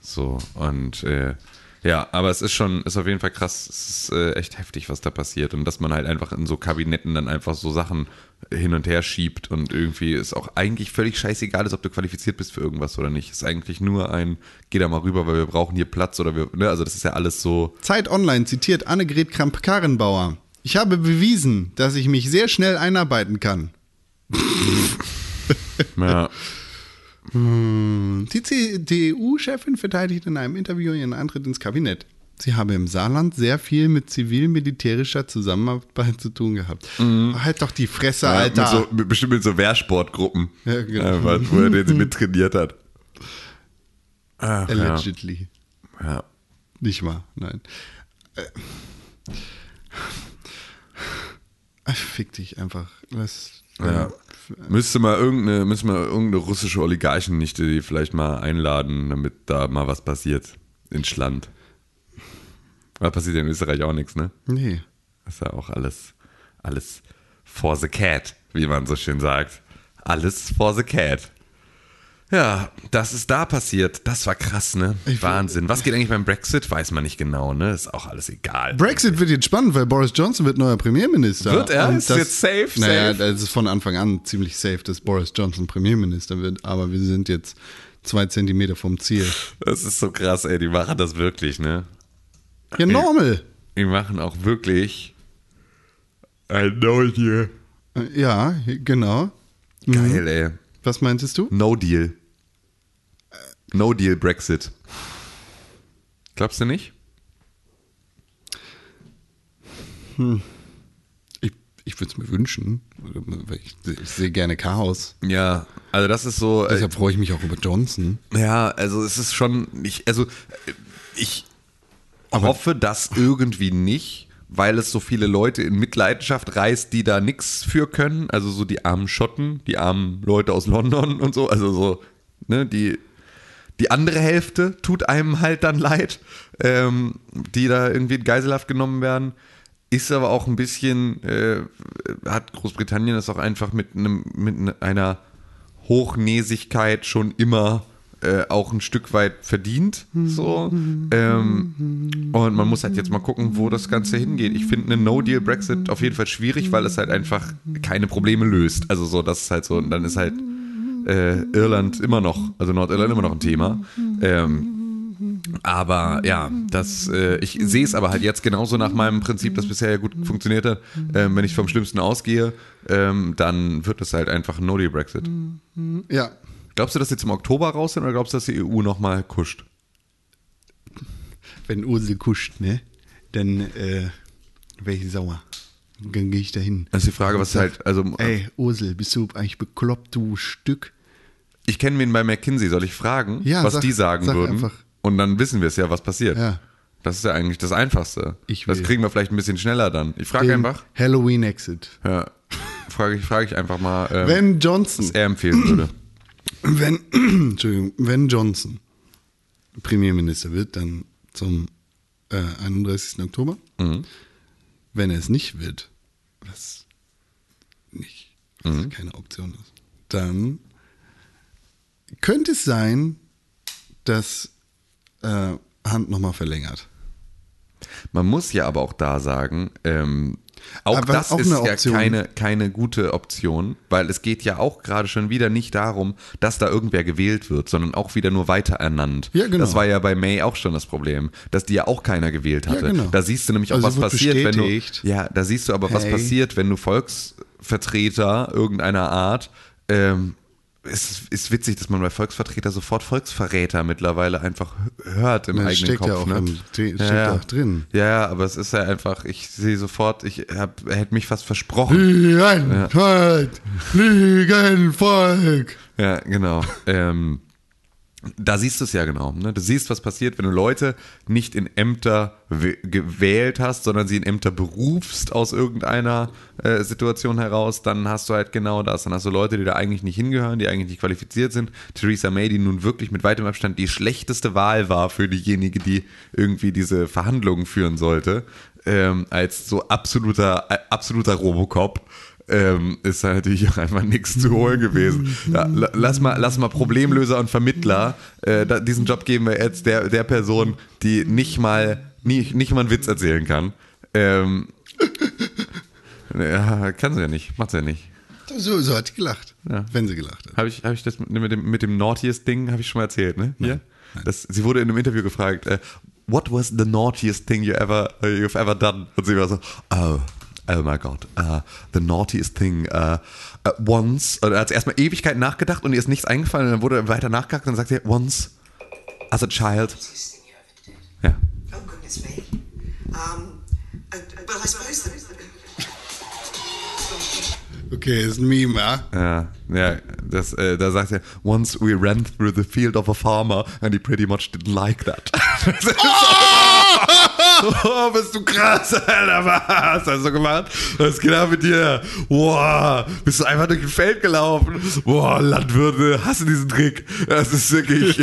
So, und äh, ja, aber es ist schon, ist auf jeden Fall krass, es ist äh, echt heftig, was da passiert. Und dass man halt einfach in so Kabinetten dann einfach so Sachen hin und her schiebt und irgendwie ist auch eigentlich völlig scheißegal ist, ob du qualifiziert bist für irgendwas oder nicht. Ist eigentlich nur ein, geh da mal rüber, weil wir brauchen hier Platz oder wir, ne, also das ist ja alles so. Zeit Online zitiert Annegret Kramp-Karrenbauer. Ich habe bewiesen, dass ich mich sehr schnell einarbeiten kann. Ja. Hm, Die CDU-Chefin verteidigt in einem Interview ihren Eintritt ins Kabinett. Sie habe im Saarland sehr viel mit zivil-militärischer Zusammenarbeit zu tun gehabt. Halt doch die Fresse, Alter. Mhm. Mit so, mit, bestimmt mit so Wehrsportgruppen, Ja, genau. einfach, wo er den sie mittrainiert hat. Ach, ja. Allegedly. Ja. Nicht wahr, nein. Äh. Fick dich einfach. Lass, Ja. Müsste mal irgendeine, müsste mal irgendeine russische Oligarchennichte die vielleicht mal einladen, damit da mal was passiert. In Schland. Da passiert ja in Österreich auch nichts, ne? Nee. Das ist ja auch alles, alles for the cat, wie man so schön sagt. Alles for the cat. Ja, das ist da passiert. Das war krass, ne? Wahnsinn. Was geht eigentlich beim Brexit? Weiß man nicht genau, ne? Ist auch alles egal. Brexit wird jetzt spannend, weil Boris Johnson wird neuer Premierminister. Wird er? Und Ist jetzt safe, Naja, safe? das ist von Anfang an ziemlich safe, dass Boris Johnson Premierminister wird, aber wir sind jetzt zwei Zentimeter vom Ziel. Das ist so krass, ey. Die machen das wirklich, ne? Ja, normal. Die machen auch wirklich ein No Deal. Ja, genau. Geil, ey. Was meintest du? No Deal. No Deal Brexit. Glaubst du nicht? Ich, ich würde es mir wünschen. weil Ich, ich sehe gerne Chaos. Ja, also das ist so. äh, Deshalb freue ich mich auch über Johnson. Ja, also es ist schon, ich, also äh, ich hoffe das irgendwie nicht, weil es so viele Leute in Mitleidenschaft reißt, die da nichts für können. Also so die armen Schotten, die armen Leute aus London und so, also so, ne, die, die andere Hälfte tut einem halt dann leid, ähm, die da irgendwie in Geiselhaft genommen werden. Ist aber auch ein bisschen, äh, hat Großbritannien das auch einfach mit, einem, mit einer Hochnäsigkeit schon immer äh, auch ein Stück weit verdient. So. Ähm, und man muss halt jetzt mal gucken, wo das Ganze hingeht. Ich finde einen No-Deal-Brexit auf jeden Fall schwierig, weil es halt einfach keine Probleme löst. Also so, das ist halt so, und dann ist halt äh, Irland immer noch, also Nordirland immer noch ein Thema. Ähm, aber ja, das, äh, ich sehe es aber halt jetzt genauso nach meinem Prinzip, das bisher ja gut funktioniert hat. Ähm, wenn ich vom Schlimmsten ausgehe, ähm, dann wird es halt einfach ein No-Deal-Brexit. Ja, Glaubst du, dass sie zum Oktober raus sind oder glaubst du, dass die E EU nochmal kuscht? wenn Ursel kuscht, ne? Dann äh, wäre ich sauer. Dann gehe ich dahin. Das ist die Frage, was halt, also Ey, Ursel, bist du eigentlich bekloppt, du Stück? ich kenne wen bei McKinsey, soll ich fragen, Ja, was sag- die sagen sag würden? einfach. Und dann wissen wir es ja, was passiert. Ja. Das ist ja eigentlich das Einfachste. Ich das will. kriegen wir vielleicht ein bisschen schneller dann. Ich frage Den einfach. Halloween Exit. Ja. Frage ich, frage ich einfach mal, ähm, Wenn was Johnson, er empfehlen würde. wenn, Entschuldigung, wenn Johnson Premierminister wird, dann zum äh, 31. Oktober. Mhm. Wenn er es nicht wird, was nicht, was Mhm. keine Option ist, dann könnte es sein, dass äh, Hand nochmal verlängert. Man muss ja aber auch da sagen, ähm, auch Aber das auch ist eine ja Option. keine, keine gute Option, weil es geht ja auch gerade schon wieder nicht darum, dass da irgendwer gewählt wird, sondern auch wieder nur weiter ernannt. Ja, genau. Das war ja bei May auch schon das Problem, dass die ja auch keiner gewählt hatte. genau. Da siehst du nämlich auch, Also was wird passiert, bestätigt. wenn du. Ja, da siehst du aber, was Hey. passiert, wenn du Volksvertreter irgendeiner Art. Ähm, es ist witzig, dass man bei Volksvertreter sofort Volksverräter mittlerweile einfach hört im Na, eigenen steckt Kopf. ja auch ne? im- steckt ja auch drin. Ja, ja, aber es ist ja einfach, ich sehe sofort, ich hab, hätte mich fast Hm. versprochen. Lügen, Volk, Lügen, Volk. Ja, genau. ähm, da siehst du es ja genau. Ne? Du siehst, was passiert, wenn du Leute nicht in Ämter w- gewählt hast, sondern sie in Ämter berufst aus irgendeiner äh, Situation heraus, dann hast du halt genau das. Dann hast du Leute, die da eigentlich nicht hingehören, die eigentlich nicht qualifiziert sind. Theresa May, die nun wirklich mit weitem Abstand die schlechteste Wahl war für diejenige, die irgendwie diese Verhandlungen führen sollte, ähm, als so absoluter, äh, absoluter Robocop. ähm, ist da natürlich auch einfach nichts zu holen gewesen. Ja, la- lass, mal, lass mal Problemlöser und Vermittler, äh, da, diesen Job geben wir jetzt der, der Person, die nicht mal, nie, nicht mal einen Witz erzählen kann. Ähm, ja, kann sie ja nicht, macht sie ja nicht. So, so hat sie gelacht. Wenn sie gelacht hat. Habe ich, hab ich das mit dem, mit dem naughtiest Ding, habe ich schon mal erzählt, ne? Hier? Das, sie wurde in einem Interview gefragt, äh, what was the naughtiest thing you ever, uh, you've ever done? Und sie war so, oh, oh my god, uh, the naughtiest thing, uh, uh, once, und er hat erstmal Ewigkeit nachgedacht und ihr ist nichts eingefallen und dann wurde weiter nachgehakt und dann sagt sie, once, as a child. thing you ever did. Ja. Oh, goodness me. Um, I, I, well, I suppose the, Okay, ist ein Meme, ja? Ja, ja, das, äh, da sagt er, once we ran through the field of a farmer and he pretty much didn't like that. Das ist so, oh, bist du krass, Alter, was hast du gemacht? Was geht ab mit dir? Wow, bist du einfach durch ein Feld gelaufen? Wow, Landwirte, hassen diesen Trick. Das ist wirklich,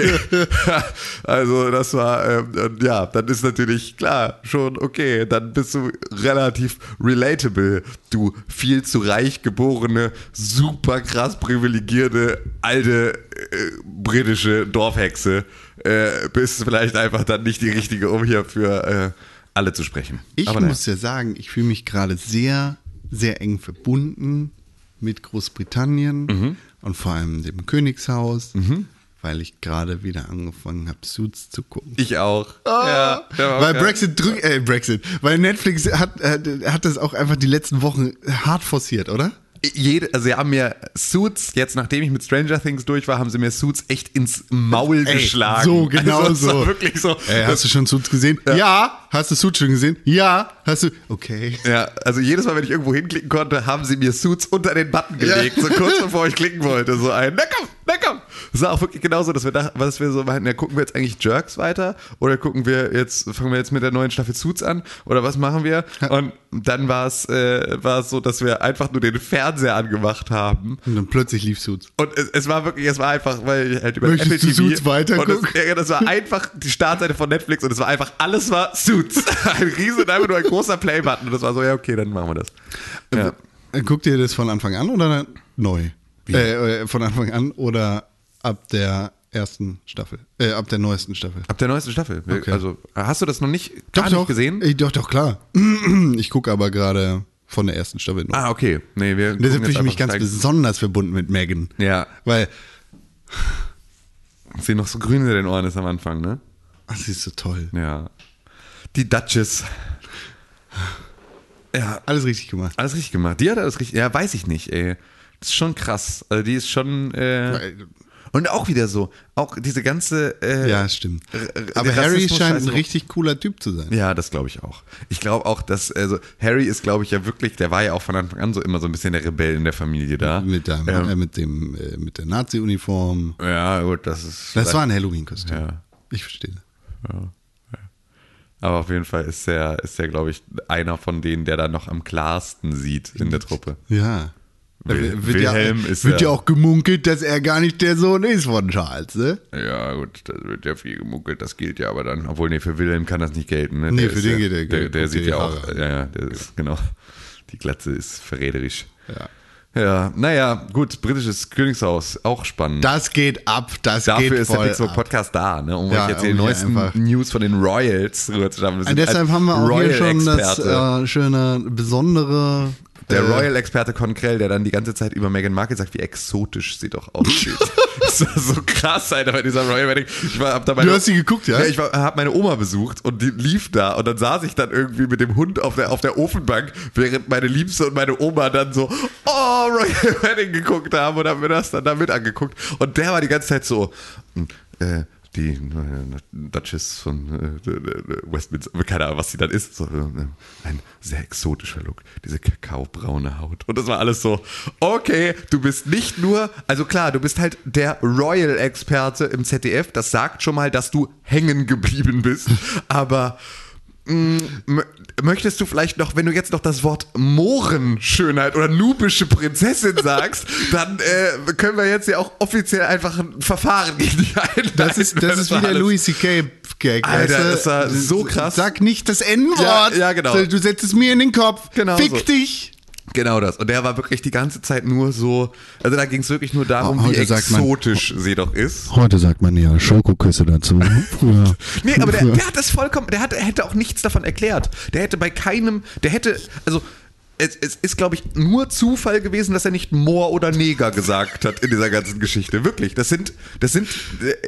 also das war, ähm, und ja, dann ist natürlich klar, schon okay, dann bist du relativ relatable, du viel zu reich geborene, super krass privilegierte, alte äh, britische Dorfhexe. Äh, bist vielleicht einfach dann nicht die richtige, um hier für äh, alle zu sprechen. Ich Aber naja. muss ja sagen, ich fühle mich gerade sehr, sehr eng verbunden mit Großbritannien Mhm. und vor allem dem Königshaus, weil ich gerade wieder angefangen habe, Suits zu gucken. Ich auch. Ah, Ja, ja, weil ja. Brexit drückt, äh, Brexit, weil Netflix hat, äh, hat das auch einfach die letzten Wochen hart forciert, oder? Jede, also sie haben mir Suits, jetzt nachdem ich mit Stranger Things durch war, haben sie mir Suits echt ins Maul Ey, geschlagen. so, genau also, es war so. Wirklich so. Ey, hast du schon Suits gesehen? Ja. Hast du Suits schon gesehen? Ja. Hast du? Okay. ja, also jedes Mal, wenn ich irgendwo hinklicken konnte, haben sie mir Suits unter den Button gelegt, so kurz bevor ich klicken wollte. So ein, na komm, na komm. Es war auch wirklich genauso, dass wir dachten, was wir so meinten, ja, gucken wir jetzt eigentlich Jerks weiter oder gucken wir jetzt, fangen wir jetzt mit der neuen Staffel Suits an oder was machen wir? Und dann war es äh, war es so, dass wir einfach nur den Fernseher angemacht haben Und dann plötzlich lief Suits. Und es, es war wirklich, es war einfach, weil ich halt über Möchtest Apple du TV Suits weitergucken? Und es, ja, das war einfach die Startseite von Netflix und es war einfach, alles war Suits. Ein riesen, einfach nur ein großer Play-Button und das war so, ja, okay, dann machen wir das. Ja. Äh, Guckt ihr das von Anfang an oder neu? Äh, äh, von Anfang an oder ab der ersten Staffel? Äh, ab der neuesten Staffel? Ab der neuesten Staffel. Wir- Okay. Also, hast du das noch nicht, gar nicht gesehen? Äh, doch, doch, klar. Ich gucke aber gerade von der ersten Staffel noch. ah, okay. Nee, wir Und deshalb gucken fühle jetzt ich mich ganz einfach besonders verbunden mit Megan. Ja. Weil, gleich- Sie noch so grün in den Ohren ist am Anfang, ne? ach, sie ist so toll. Ja. Die Duchess. Ja, Alles richtig gemacht. alles richtig gemacht. Die hat alles richtig, ja, weiß ich nicht, ey. Das ist schon krass. Also, die ist schon, äh, Weil- Und auch wieder so, auch diese ganze. Äh, Ja, stimmt. äh, Aber Rassismus- Harry scheint ein Scheiße. richtig cooler Typ zu sein. Ja, das glaube ich auch. Ich glaube auch, dass, also Harry ist, glaube ich, ja wirklich, der war ja auch von Anfang an so immer so ein bisschen der Rebell in der Familie da. Mit, deinem, Ähm, äh, mit, dem, äh, mit der Nazi-Uniform. ja, gut, das ist. Das war ein Halloween-Kostüm. Ja. Ich verstehe. Aber auf jeden Fall ist der, ist der, glaube ich, einer von denen, der da noch am klarsten sieht in der Truppe. Ja. Wil- Da Wilhelm ja, ist Wird ja- ja auch gemunkelt, dass er gar nicht der Sohn ist von Charles, ne? Ja, gut, das wird ja viel gemunkelt, das gilt ja aber dann. Obwohl, nee, für Wilhelm kann das nicht gelten. Ne? Nee, Der für ist den ja, geht der- Der, geht- der kommt sieht die ja auch, Haare ja, ja, der ist, genau. Die Glatze ist verräterisch. Ja. Ja, naja, gut, britisches Königshaus, auch spannend. Das geht ab, das Dafür geht ist der voll Pixel ab. Podcast da, ne? um Ja, euch jetzt um die hier neuesten einfach- News von den Royals rüberzuschaffen. Wir Und sind deshalb als haben wir auch hier schon das Royal-Experte. äh, schöne, besondere. Der äh, Royal-Experte Conkrell, der dann die ganze Zeit über Meghan Markle sagt, wie exotisch sie doch aussieht. das war so krass, Alter, bei dieser Royal Wedding. Ich war, hab da meine, hast sie geguckt, ja? ich habe meine Oma besucht und die lief da und dann saß ich dann irgendwie mit dem Hund auf der, auf der Ofenbank, während meine Liebste und meine Oma dann so, oh, Royal Wedding geguckt haben und haben mir das dann damit angeguckt. Und der war die ganze Zeit so, äh, die äh, Duchess von äh, äh, Westminster, keine Ahnung, was sie dann ist. So, äh, ein sehr exotischer Look, diese kakaobraune Haut. Und das war alles so, okay, du bist nicht nur, also klar, du bist halt der Royal-Experte im ZDF. Das sagt schon mal, dass du hängen geblieben bist. Aber M- Möchtest du vielleicht noch, wenn du jetzt noch das Wort Mohrenschönheit oder nubische Prinzessin sagst, dann äh, können wir jetzt ja auch offiziell einfach ein Verfahren gegen dich einleiten. Das ist, das ist wie war der alles- Louis C.K. Gag. Alter, weißt du? das war so krass. Sag nicht das N-Wort. Ja, ja, genau. Du setzt es mir in den Kopf. Genau Fick so. dich. Genau das. Und der war wirklich die ganze Zeit nur so, also da ging es wirklich nur darum, wie Heute sagt man- exotisch sie doch ist. Heute sagt man ja Schokoküsse dazu. Früher. Nee, aber der, früher- der hat das vollkommen, der hat, hätte auch nichts davon erklärt. Der hätte bei keinem, der hätte, also es, es ist, glaube ich, nur Zufall gewesen, dass er nicht Moor oder Neger gesagt hat in dieser ganzen Geschichte. Wirklich, das sind, das sind,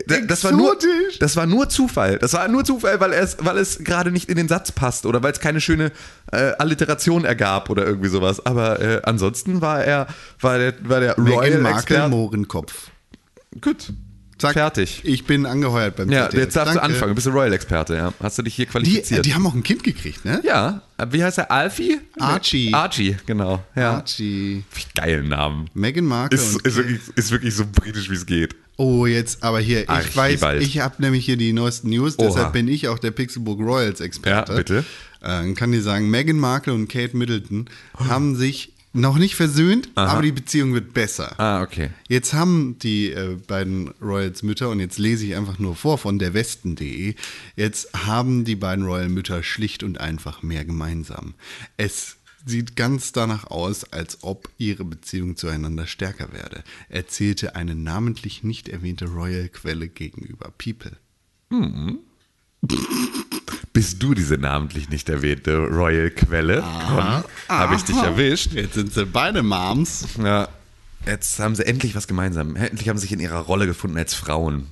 äh, das war nur, Exotisch. das war nur Zufall. Das war nur Zufall, weil es, weil es gerade nicht in den Satz passt oder weil es keine schöne äh, Alliteration ergab oder irgendwie sowas. Aber äh, ansonsten war er, war der, war der Meghan Royal Markle Expert. Mohrenkopf. Gut, Zack. fertig. Ich bin angeheuert beim Ja, ZDF. jetzt darfst du Danke. anfangen. Du bist ein Royal-Experte, ja. Hast du dich hier Die, qualifiziert? äh, die haben auch ein Kind gekriegt, ne? Ja, wie heißt er? Alfie? Archie. Archie, genau. Ja. Archie. Geilen Namen. Meghan Markle. Ist, und ist, wirklich, ist wirklich so britisch, wie es geht. oh, jetzt, aber hier, ich weiß, Archibald. ich habe nämlich hier die neuesten News, Oha. deshalb bin ich auch der Pixelburg Royals Experte. Ja, bitte. Äh, Dann kann ich sagen, Meghan Markle und Kate Middleton haben sich noch nicht versöhnt, aber die Beziehung wird besser. Ah, okay. Jetzt haben die äh, beiden Royals Mütter, und jetzt lese ich einfach nur vor von der Westen.de, jetzt haben die beiden Royal Mütter schlicht und einfach mehr gemeinsam. Es sieht ganz danach aus, als ob ihre Beziehung zueinander stärker werde, erzählte eine namentlich nicht erwähnte Royal-Quelle gegenüber People. Bist du diese namentlich nicht erwähnte Royal-Quelle? Ah. Habe ich dich erwischt. Jetzt sind sie beide Moms. Ja. Jetzt haben sie endlich was gemeinsam. Endlich haben sie sich in ihrer Rolle gefunden als Frauen.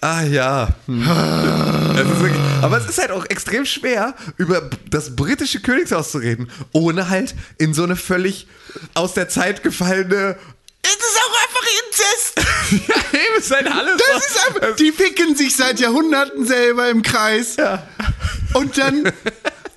ah ja. Hm. es ist wirklich, aber es ist halt auch extrem schwer, über das britische Königshaus zu reden, ohne halt in so eine völlig aus der Zeit gefallene. Es ist auch einfach Inzest! ja, eben, es ist halt alles. Das ist einfach, die ficken sich seit Jahrhunderten selber im Kreis. Ja. Und dann,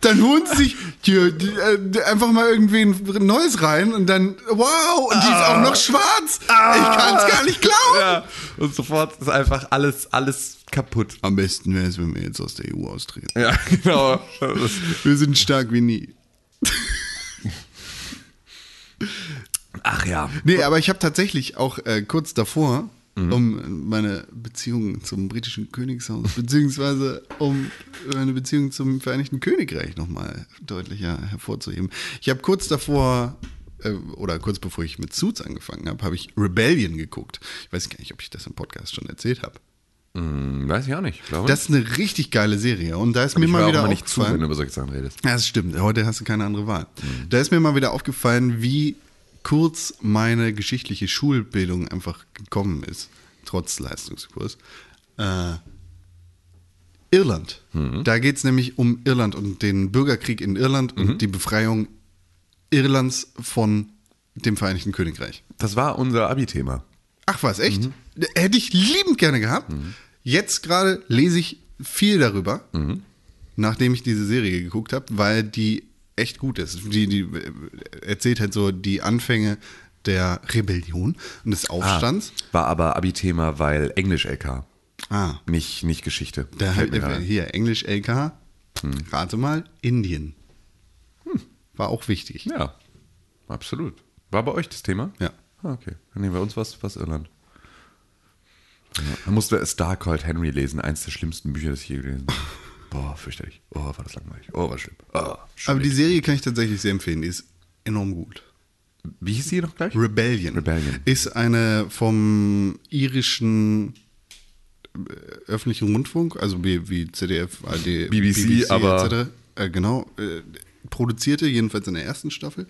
dann holen sie sich hier, die, äh, einfach mal irgendwen Neues rein und dann, wow, und die ist auch noch schwarz. Ich kann es gar nicht glauben. Ah. Ja, und sofort ist einfach alles, alles kaputt. Am besten wäre es, wenn wir jetzt aus der EU austreten. Ja, genau. Das ist- Wir sind stark wie nie. Ach ja. Nee, aber ich habe tatsächlich auch äh, kurz davor, Mhm. um meine Beziehung zum britischen Königshaus, beziehungsweise um meine Beziehung zum Vereinigten Königreich nochmal deutlicher hervorzuheben. Ich habe kurz davor, äh, oder kurz bevor ich mit Suits angefangen habe, habe ich Rebellion geguckt. Ich weiß gar nicht, ob ich das im Podcast schon erzählt habe. Hm, Weiß ich auch nicht, glaube Das ist eine richtig geile Serie und da ist mir ich mal höre auch wieder immer nicht zu, aufgefallen- wenn du über solche Sachen redest. ja, das stimmt. Heute hast du keine andere Wahl. Da ist mir mal wieder aufgefallen, wie kurz meine geschichtliche Schulbildung einfach gekommen ist, trotz Leistungskurs. Äh, Irland. Da geht es nämlich um Irland und den Bürgerkrieg in Irland und die Befreiung Irlands von dem Vereinigten Königreich. Das war unser Abi-Thema. Ach was, echt? Mhm. Hätte ich liebend gerne gehabt. Jetzt gerade lese ich viel darüber, Mhm. nachdem ich diese Serie geguckt habe, weil die echt gut ist. Die, die äh, erzählt halt so die Anfänge der Rebellion und Ah. des Aufstands. War aber Abi-Thema, weil Englisch-LK, Ah, nicht, nicht Geschichte. da Fällt mir gerade halt, ein. Mhm. hier, Englisch LK, rate mal, Indien. War auch wichtig. Hm. ja, absolut. War bei euch das Thema? Ja. Ah, okay. Dann nehmen wir uns was, was Irland. Ja. Da musste Star Called Henry lesen, eins der schlimmsten Bücher, das ich je gelesen habe. Boah, fürchterlich. Oh, war das langweilig. Oh, war schlimm. Oh, Aber die schrecklich. Serie kann ich tatsächlich sehr empfehlen. Die ist enorm gut. Wie hieß die noch gleich? Rebellion. Rebellion. Ist eine vom irischen äh, öffentlichen Rundfunk, also wie, wie ZDF, ARD, BBC, aber- etc. Äh, genau, äh, produzierte, jedenfalls in der ersten Staffel.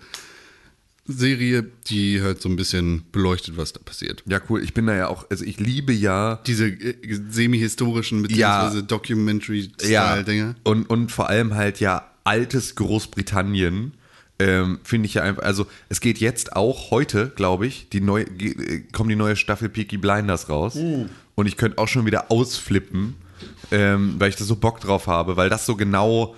Serie, die halt so ein bisschen beleuchtet, was da passiert. Ja, cool. Ich bin da ja auch, also ich liebe ja Diese äh, semi-historischen Ja. beziehungsweise Documentary-Style-Dinger. Und, und vor allem halt ja altes Großbritannien. Ähm, finde ich ja einfach, also es geht jetzt auch heute, glaube ich, die neue, ge- äh, kommt die neue Staffel Peaky Blinders raus. Und ich könnte auch schon wieder ausflippen, ähm, weil ich da so Bock drauf habe, weil das so genau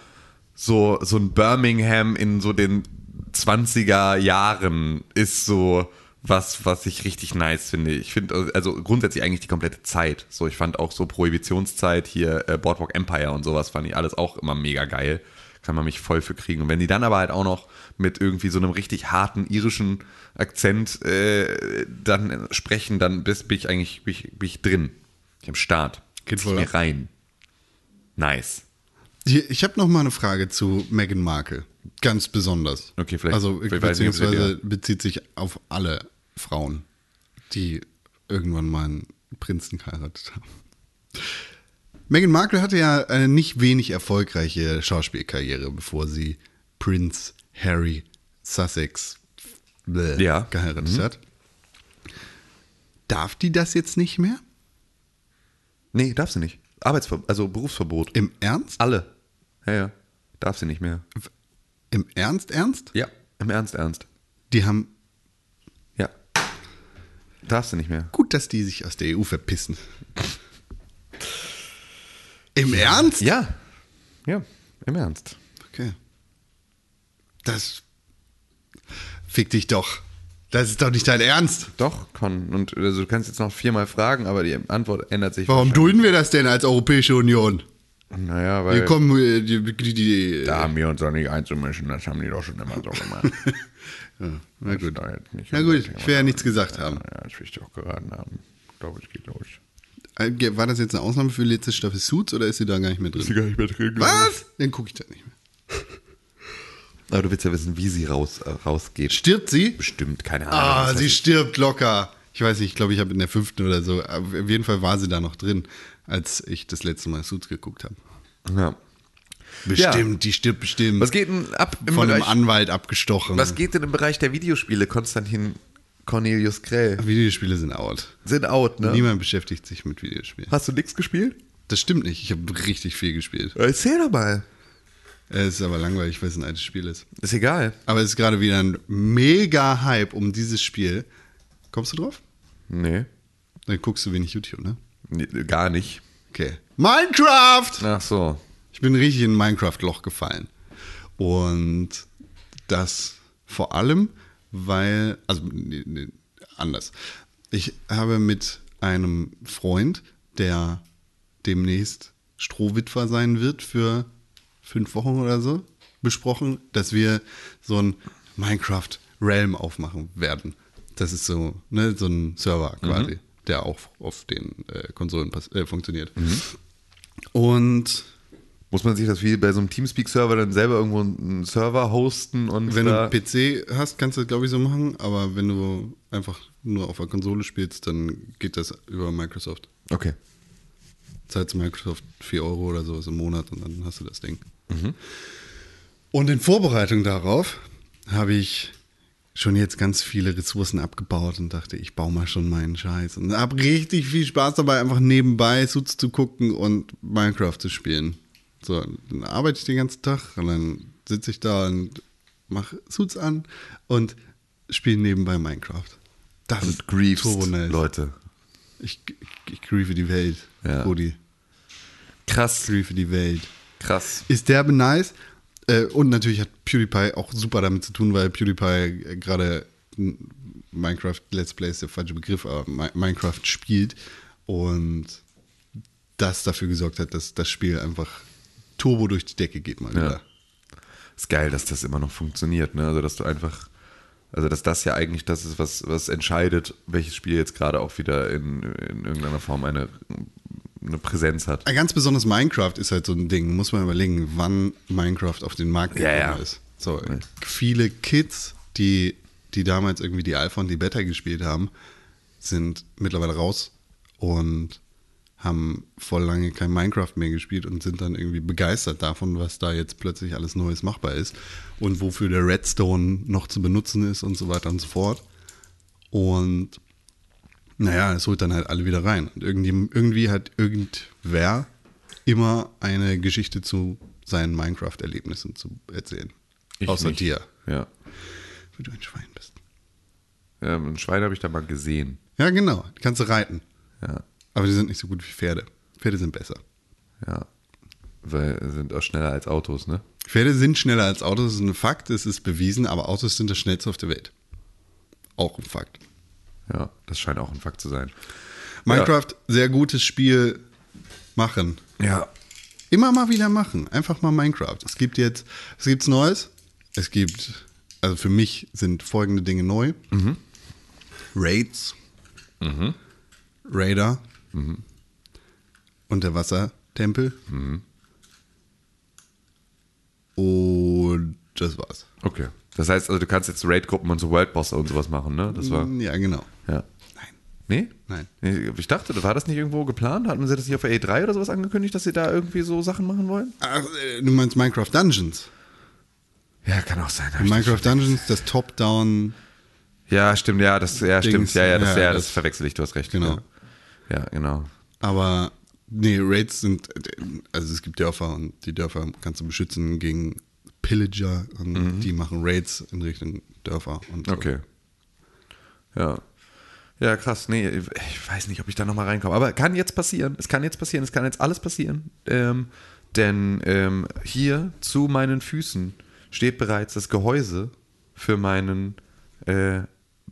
so, so ein Birmingham in so den 20er Jahren ist so was, was ich richtig nice finde. Ich finde also grundsätzlich eigentlich die komplette Zeit. So, ich fand auch so Prohibitionszeit hier, äh, Boardwalk Empire und sowas fand ich alles auch immer mega geil. Kann man mich voll für kriegen. Und wenn die dann aber halt auch noch mit irgendwie so einem richtig harten irischen Akzent äh, dann äh, sprechen, dann bis, bin ich eigentlich bin ich, bin ich drin. Ich am Start. Geht Zieh voll mir ab. rein. Nice. Hier, Ich habe noch mal eine Frage zu Meghan Markle. Ganz besonders. Okay, vielleicht- Also, vielleicht weiß ich nicht, ob sie beziehungsweise bezieht sich auf alle Frauen, die irgendwann mal einen Prinzen geheiratet haben. Meghan Markle hatte ja eine nicht wenig erfolgreiche Schauspielkarriere, bevor sie Prince Harry Sussex bleh, Ja. Mhm. geheiratet hat. Darf die das jetzt nicht mehr? Nee, darf sie nicht. Arbeitsverbot, also Berufsverbot. Im Ernst? Alle. Ja, ja. Darf sie nicht mehr. Im Ernst, Ernst? Ah. Ja. Im Ernst, Ernst. Die haben Ja. Darf sie nicht mehr. Gut, dass die sich aus der EU verpissen. Im Ernst? Ja. Ja, im Ernst. Okay. Das. Fick dich doch. Das ist doch nicht dein Ernst. Doch, Con. Und also, du kannst jetzt noch viermal fragen, aber die Antwort ändert sich. Warum dulden wir das denn als Europäische Union? wahrscheinlich. Naja, weil. Wir kommen. äh, Die, die, die, Da haben wir uns doch nicht einzumischen, das haben die doch schon immer so gemacht. na gut. Das ist doch jetzt nicht Na gut, unser Thema. ich will ja nichts gesagt haben. Ja, das will ich dir auch geraten haben. Ich glaube, es geht los. Äh, War das jetzt eine Ausnahme für die letzte Staffel Suits oder ist sie da gar nicht mehr drin? gar nicht mehr drin. Was? Dann gucke ich das nicht mehr. Aber du willst ja wissen, wie sie raus, äh, rausgeht. Stirbt sie? Bestimmt, keine Ahnung. Ah, was sie weiß ich. stirbt locker. Ich weiß nicht, ich glaube, ich habe in der fünften oder so. Auf jeden Fall war sie da noch drin, als ich das letzte Mal Suits geguckt habe. ja. Bestimmt, die stirbt bestimmt. Was geht denn ab im Von einem Bereich, Anwalt abgestochen. Was geht denn im Bereich der Videospiele, Konstantin Cornelius Krell? Videospiele sind out. Sind out, ne? Niemand beschäftigt sich mit Videospielen. Hast du nichts gespielt? Äh, Das stimmt nicht. Ich habe richtig viel gespielt. Erzähl doch mal. Es ist aber langweilig, weil es ein altes Spiel ist. Ist egal. Aber es ist gerade wieder ein mega Hype um dieses Spiel. Kommst du drauf? Nee. Dann guckst du wenig YouTube, ne? Nee, Gar nicht. Okay. Minecraft! Ach so. Ich bin richtig in ein Minecraft-Loch gefallen. Und das vor allem, weil, also nee, nee, anders. Ich habe mit einem Freund, der demnächst Strohwitwer sein wird für fünf Wochen oder so, besprochen, dass wir so ein Minecraft-Realm aufmachen werden. Das ist so, ne, so ein Server quasi, der auch auf den äh, Konsolen pass- äh, funktioniert. Und Muss man sich das wie bei so einem Teamspeak-Server dann selber irgendwo einen Server hosten und Wenn da du einen PC hast, kannst du das, glaube ich, so machen, aber wenn du einfach nur auf der Konsole spielst, dann geht das über Microsoft. Okay. Zahlst Microsoft 4 Euro oder sowas im Monat und dann hast du das Ding. Und in Vorbereitung darauf habe ich schon jetzt ganz viele Ressourcen abgebaut und dachte, ich baue mal schon meinen Scheiß. Und habe richtig viel Spaß dabei, einfach nebenbei Suits zu gucken und Minecraft zu spielen. So, dann arbeite ich den ganzen Tag und dann sitze ich da und mache Suits an und spiele nebenbei Minecraft. Das Und griefst turbo nice. Leute. Ich, ich, ich griefe die Welt, Ja. Rudi. Krass. Griefe die Welt. Krass. Ist derbe nice. Äh, und natürlich hat PewDiePie auch super damit zu tun, weil PewDiePie äh, gerade n- Minecraft Let's Play ist der falsche Begriff, aber Mi- Minecraft spielt und das dafür gesorgt hat, dass das Spiel einfach turbo durch die Decke geht mal wieder. Ist geil, dass das immer noch funktioniert, ne? Also, dass du einfach. Also, dass das ja eigentlich das ist, was, was entscheidet, welches Spiel jetzt gerade auch wieder in, in irgendeiner Form eine, eine Präsenz hat. Äh, Ganz besonders Minecraft ist halt so ein Ding, muss man überlegen, wann Minecraft auf den Markt Ja, gekommen ja. ist. So, viele Kids, die, die damals irgendwie die Alpha und die Beta gespielt haben, sind mittlerweile raus und haben voll lange kein Minecraft mehr gespielt und sind dann irgendwie begeistert davon, was da jetzt plötzlich alles Neues machbar ist und wofür der Redstone noch zu benutzen ist und so weiter und so fort. Und naja, es holt dann halt alle wieder rein. Und irgendwie, irgendwie hat irgendwer immer eine Geschichte zu seinen Minecraft-Erlebnissen zu erzählen. Außer nicht. dir, Ja. weil du ein Schwein bist. Ähm, ein Schwein habe ich da mal gesehen. Ja, genau. Die kannst du reiten. Ja. Aber die sind nicht so gut wie Pferde. Pferde sind besser. Ja. Weil sind auch schneller als Autos, ne? Pferde sind schneller als Autos, das ist ein Fakt, es ist bewiesen, aber Autos sind das schnellste auf der Welt. Auch ein Fakt. Ja. Das scheint auch ein Fakt zu sein. Minecraft, sehr gutes Spiel machen. Ja. Immer mal wieder machen. Einfach mal Minecraft. Es gibt jetzt, es gibt's Neues. Es gibt, also für mich sind folgende Dinge neu. Raids. Raider. Unterwassertempel. Und das war's. Okay. Das heißt, also du kannst jetzt Raid-Gruppen und so Worldboss und sowas machen, ne? Das war. Ja, genau. Ja. Nein. Nee? Nein. Nee, Ich dachte, war das nicht irgendwo geplant? Hatten sie das nicht auf der E3 oder sowas angekündigt, dass sie da irgendwie so Sachen machen wollen? Ach, äh, du meinst Minecraft Dungeons? Ja, kann auch sein. hab ich Minecraft Dungeons, das Top-Down. nicht- Ja, stimmt, ja, das, ja, stimmt, Dings, ja, ja, das, ja, ja, das- das verwechsel ich, du hast recht. Genau. Ja, ja genau. Aber nee, Raids sind, also es gibt Dörfer und die Dörfer kannst du beschützen gegen Pillager und die machen Raids in Richtung Dörfer. Und so. Mhm. Okay. Ja. Ja, krass. Nee, ich weiß nicht, ob ich da nochmal reinkomme. Aber kann jetzt passieren. Es kann jetzt passieren. Es kann jetzt alles passieren. Ähm, denn ähm, hier zu meinen Füßen steht bereits das Gehäuse für meinen äh,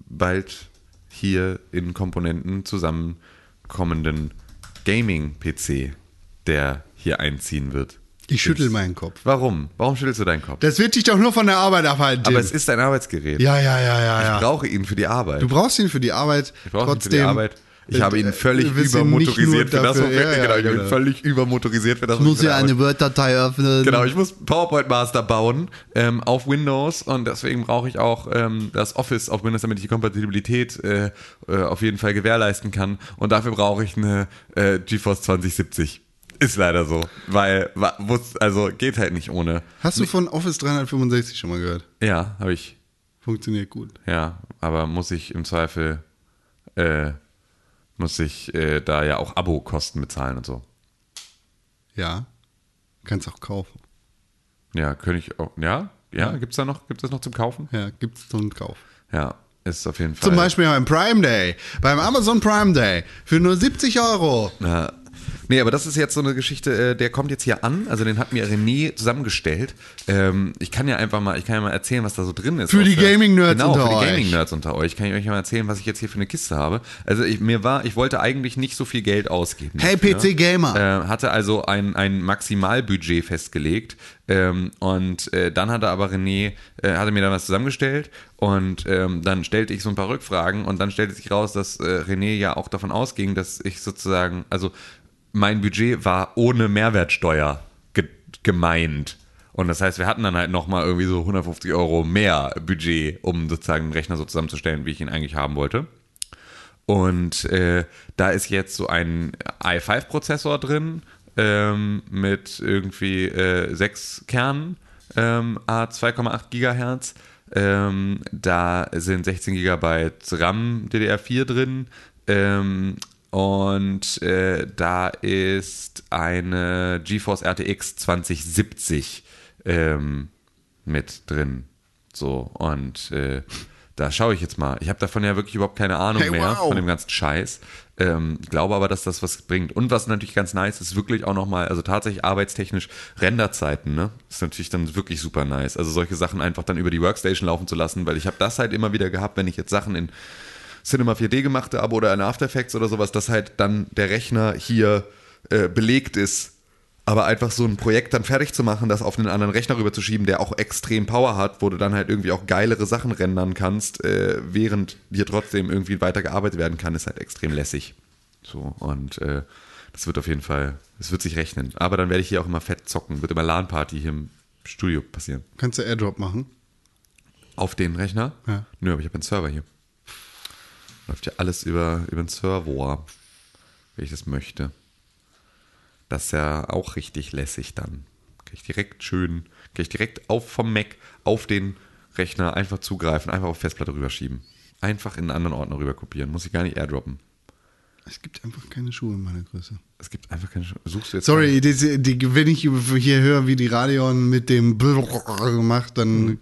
bald hier in Komponenten zusammenkommenden Gaming-PC, der hier einziehen wird. Ich schüttel meinen Kopf. Warum? Warum schüttelst du deinen Kopf? Das wird dich doch nur von der Arbeit abhalten. Tim. Aber es ist dein Arbeitsgerät. ja, ja, ja, ja, ja. Ich brauche ihn für die Arbeit. du brauchst ihn für die Arbeit. Ich brauche ihn trotzdem, äh, für die Arbeit. Ich habe ihn völlig übermotorisiert für das, wofür, ja, ja, genau, ich habe genau. ihn völlig übermotorisiert für das, Ich muss wofür ja er arbeitet. eine Word-Datei öffnen. Genau, ich muss PowerPoint Master bauen ähm, auf Windows und deswegen brauche ich auch ähm, das Office auf Windows, damit ich die Kompatibilität äh, äh, auf jeden Fall gewährleisten kann. Und dafür brauche ich eine äh, GeForce 2070. Ist leider so, weil wa- muss, also geht halt nicht ohne. Hast du von Office 365 schon mal gehört? Ja, habe ich. Funktioniert gut. Ja, aber muss ich im Zweifel äh, muss ich äh, da ja auch Abo-Kosten bezahlen und so. Ja. Kannst auch kaufen. Ja, könnte ich auch. Ja, ja, gibt's da noch, gibt's das noch zum Kaufen? Ja, gibt's zum Kauf. Ja, ist auf jeden Fall. Zum Beispiel beim Prime Day, beim Amazon Prime Day für nur 70 Euro. Ja. Nee, aber das ist jetzt so eine Geschichte, äh, der kommt jetzt hier an, also den hat mir René zusammengestellt. Ähm, ich kann ja einfach mal, ich kann ja mal erzählen, was da so drin ist. Für die Aus der- Gaming-Nerds genau, unter für die euch. Gaming-Nerds unter euch. Kann ich euch mal erzählen, was ich jetzt hier für eine Kiste habe. Also ich, mir war, ich wollte eigentlich nicht so viel Geld ausgeben. Hey, dafür. PC Gamer. Äh, hatte also ein, ein Maximalbudget festgelegt ähm, und äh, dann hatte aber René, äh, hatte mir dann was zusammengestellt und ähm, dann stellte ich so ein paar Rückfragen und dann stellte sich raus, dass äh, René ja auch davon ausging, dass ich sozusagen, also mein Budget war ohne Mehrwertsteuer ge gemeint. Und das heißt, wir hatten dann halt nochmal irgendwie so 150 Euro mehr Budget, um sozusagen den Rechner so zusammenzustellen, wie ich ihn eigentlich haben wollte. Und äh, da ist jetzt so ein i5-Prozessor drin ähm, mit irgendwie äh, sechs Kernen, ähm, A2,8 Gigahertz. Ähm, da sind 16 Gigabyte RAM DDR4 drin. Ähm, und äh, da ist eine GeForce RTX 2070 ähm, mit drin. So, und äh, da schaue ich jetzt mal. Ich habe davon ja wirklich überhaupt keine Ahnung Hey, mehr, wow. von dem ganzen Scheiß. Ähm, glaube aber, dass das was bringt. Und was natürlich ganz nice ist, wirklich auch nochmal, also tatsächlich arbeitstechnisch Renderzeiten, ne? Ist natürlich dann wirklich super nice. Also solche Sachen einfach dann über die Workstation laufen zu lassen, weil ich habe das halt immer wieder gehabt, wenn ich jetzt Sachen in Cinema 4D gemacht habe oder in After Effects oder sowas, dass halt dann der Rechner hier äh, belegt ist. Aber einfach so ein Projekt dann fertig zu machen, das auf einen anderen Rechner rüberzuschieben, der auch extrem Power hat, wo du dann halt irgendwie auch geilere Sachen rendern kannst, äh, während dir trotzdem irgendwie weitergearbeitet werden kann, ist halt extrem lässig. So, und äh, das wird auf jeden Fall, es wird sich rechnen. Aber dann werde ich hier auch immer fett zocken, wird immer LAN-Party hier im Studio passieren. Kannst du Airdrop machen? Auf den Rechner? Ja. Nö, aber ich habe einen Server hier. Läuft ja alles über, über den Server, wenn ich das möchte. Das ist ja auch richtig lässig dann. Kann ich direkt schön, kann ich direkt auf vom Mac auf den Rechner einfach zugreifen, einfach auf Festplatte rüberschieben. Einfach in einen anderen Ordner rüber kopieren. Muss ich gar nicht airdroppen. Es gibt einfach keine Schuhe in meiner Größe. Es gibt einfach keine. Sch- Suchst du jetzt. Sorry, die, die, wenn ich hier höre, wie die Radion mit dem Brrrr macht, dann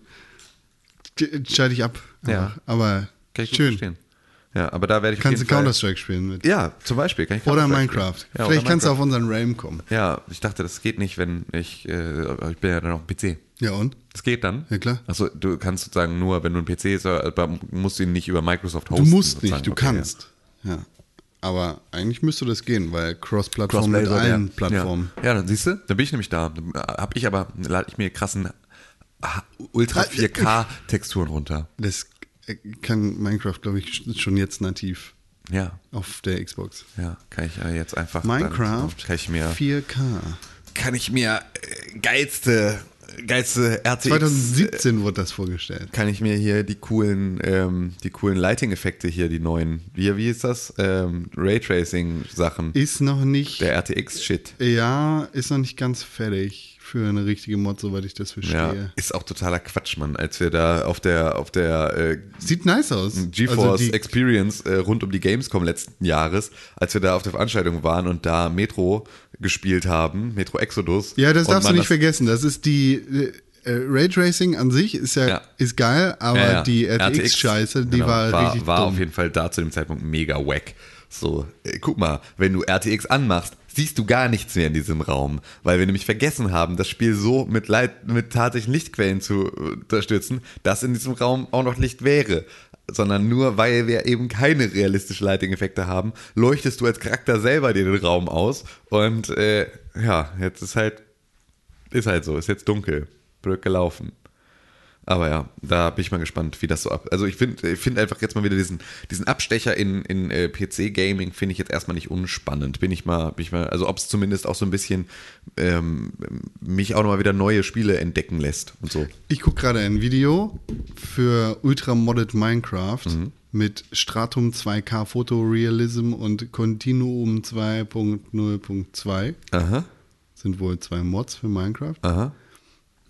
schalte ich ab. Hm. Ja. Einfach. Aber Kann ich gut schön. verstehen. Ja, aber da werde ich. auf Kannst du jeden Fall- Counter-Strike spielen mit. Ja, zum Beispiel. Kann ich Oder Counter-Strike Minecraft. spielen. Ja, Vielleicht oder kannst du Minecraft. auf unseren Realm kommen. Ja, ich dachte, das geht nicht, wenn ich, äh, ich bin ja dann auf dem PC. Ja und? Das geht dann? Ja, klar. Achso, du kannst sozusagen nur, wenn du einen PC hast, aber musst du ihn nicht über Microsoft Du hosten. musst sozusagen. nicht, du Okay, kannst. Ja. Aber eigentlich müsste das gehen, weil Ja. Cross-Plattform mit allen Plattformen. Ja. ja, dann siehst du, dann bin ich nämlich da. Dann hab ich aber, lade ich mir krassen ah, Ultra Ah, 4K-Texturen runter. Das äh, kann Minecraft, glaube ich, sch- schon jetzt nativ Ja, auf der Xbox. ja, kann ich äh, jetzt einfach. Minecraft äh, Dann, kann ich mir, 4K. kann ich mir äh, geilste geilste RTX. 2017 wurde das vorgestellt. Kann ich mir hier die coolen, ähm, die coolen Lighting-Effekte hier, die neuen. Wie, wie ist das? Ähm, Raytracing-Sachen. Ist noch nicht. Der RTX-Shit. Ja, ist noch nicht ganz fertig für eine richtige Mod, soweit ich das Ja, verstehe. ist auch totaler Quatsch, Mann. Als wir da auf der, auf der äh, Sieht nice aus. Also GeForce die- Experience äh, rund um die Gamescom letzten Jahres, als wir da auf der Veranstaltung waren und da Metro gespielt haben, Metro Exodus. Ja, das Und darfst du man nicht vergessen. Das ist die äh, äh, Raytracing an sich ist ja, Ja. ist geil, aber Ja, ja. die RTX-Scheiße, die genau, war, war richtig War dumm. auf jeden Fall da zu dem Zeitpunkt mega wack. So, äh, guck mal, wenn du RTX anmachst, siehst du gar nichts mehr in diesem Raum, weil wir nämlich vergessen haben, das Spiel so mit, Leit mit tatsächlichen Lichtquellen zu äh, unterstützen, dass in diesem Raum auch noch Licht wäre. Sondern nur, weil wir eben keine realistischen Lighting-Effekte haben, leuchtest du als Charakter selber dir den Raum aus und äh, ja, jetzt ist halt ist halt so, ist jetzt dunkel. Blöd gelaufen. Aber ja, da bin ich mal gespannt, wie das so ab. Also ich finde ich find einfach jetzt mal wieder diesen, diesen Abstecher in, in äh, PC-Gaming finde ich jetzt erstmal nicht unspannend. Bin ich mal, bin ich mal, also ob es zumindest auch so ein bisschen ähm, mich auch nochmal wieder neue Spiele entdecken lässt und so. Ich gucke gerade ein Video für Ultramodded Minecraft Mhm. mit Stratum 2K Photorealism und Continuum 2.0.2. Aha, Sind wohl zwei Mods für Minecraft. aha.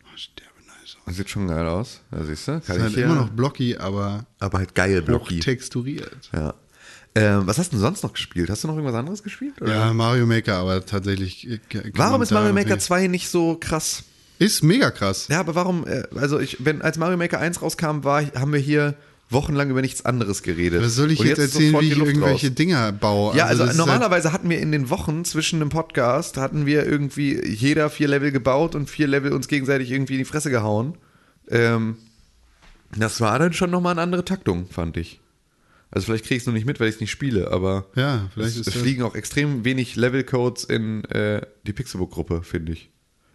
Oh, sterbe nice aus. Das sieht schon geil aus. Da siehst du, Ist kann halt ich hier. immer noch blocky, aber aber halt geil, Blocky. texturiert. Ja. Ähm, was hast du denn sonst noch gespielt? Hast du noch irgendwas anderes gespielt? Oder? Ja, Mario Maker, aber tatsächlich. äh, kann man Warum ist da Mario noch Maker nicht- 2 nicht so krass? Ist mega krass. Ja, aber warum, äh, also ich, wenn als Mario Maker 1 rauskam, war, ich- haben wir hier wochenlang über nichts anderes geredet. Was soll ich Und jetzt, ist erzählen, sofort wie die ich Luft irgendwelche raus. Dinger baue? Ja, also, das ist halt- normalerweise hatten wir in den Wochen zwischen dem Podcast, hatten wir irgendwie jeder vier Level gebaut und vier Level uns gegenseitig irgendwie in die Fresse gehauen. Ähm, das war dann schon nochmal eine andere Taktung, fand ich. Also vielleicht krieg ich es nur nicht mit, weil ich es nicht spiele, aber Halt, ja, vielleicht es ist das. fliegen auch extrem wenig Levelcodes in äh, die Pixelbook-Gruppe, finde ich.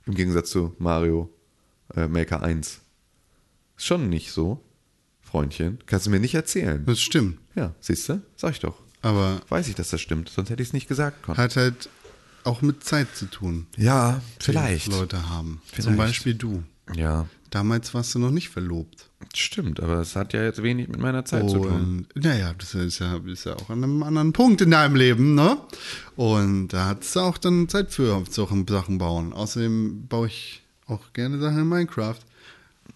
Im Gegensatz zu Mario äh, Maker 1. Ist schon nicht so, Freundchen. Kannst du mir nicht erzählen. Das stimmt. Ja, siehst du? Sag ich doch. Aber Weiß ich, dass das stimmt, sonst hätte ich es nicht gesagt. Con. hat halt auch mit Zeit zu tun. Ja, die vielleicht. Leute haben. Zum Vielleicht. Beispiel du. Ja, Damals warst du noch nicht verlobt. stimmt, aber es hat ja jetzt wenig mit meiner Zeit zu tun. Und naja, das ist ja, ist ja auch an einem anderen Punkt in deinem Leben, ne? Und da hattest du auch dann Zeit für auf solchen Sachen bauen. Außerdem baue ich auch gerne Sachen in Minecraft.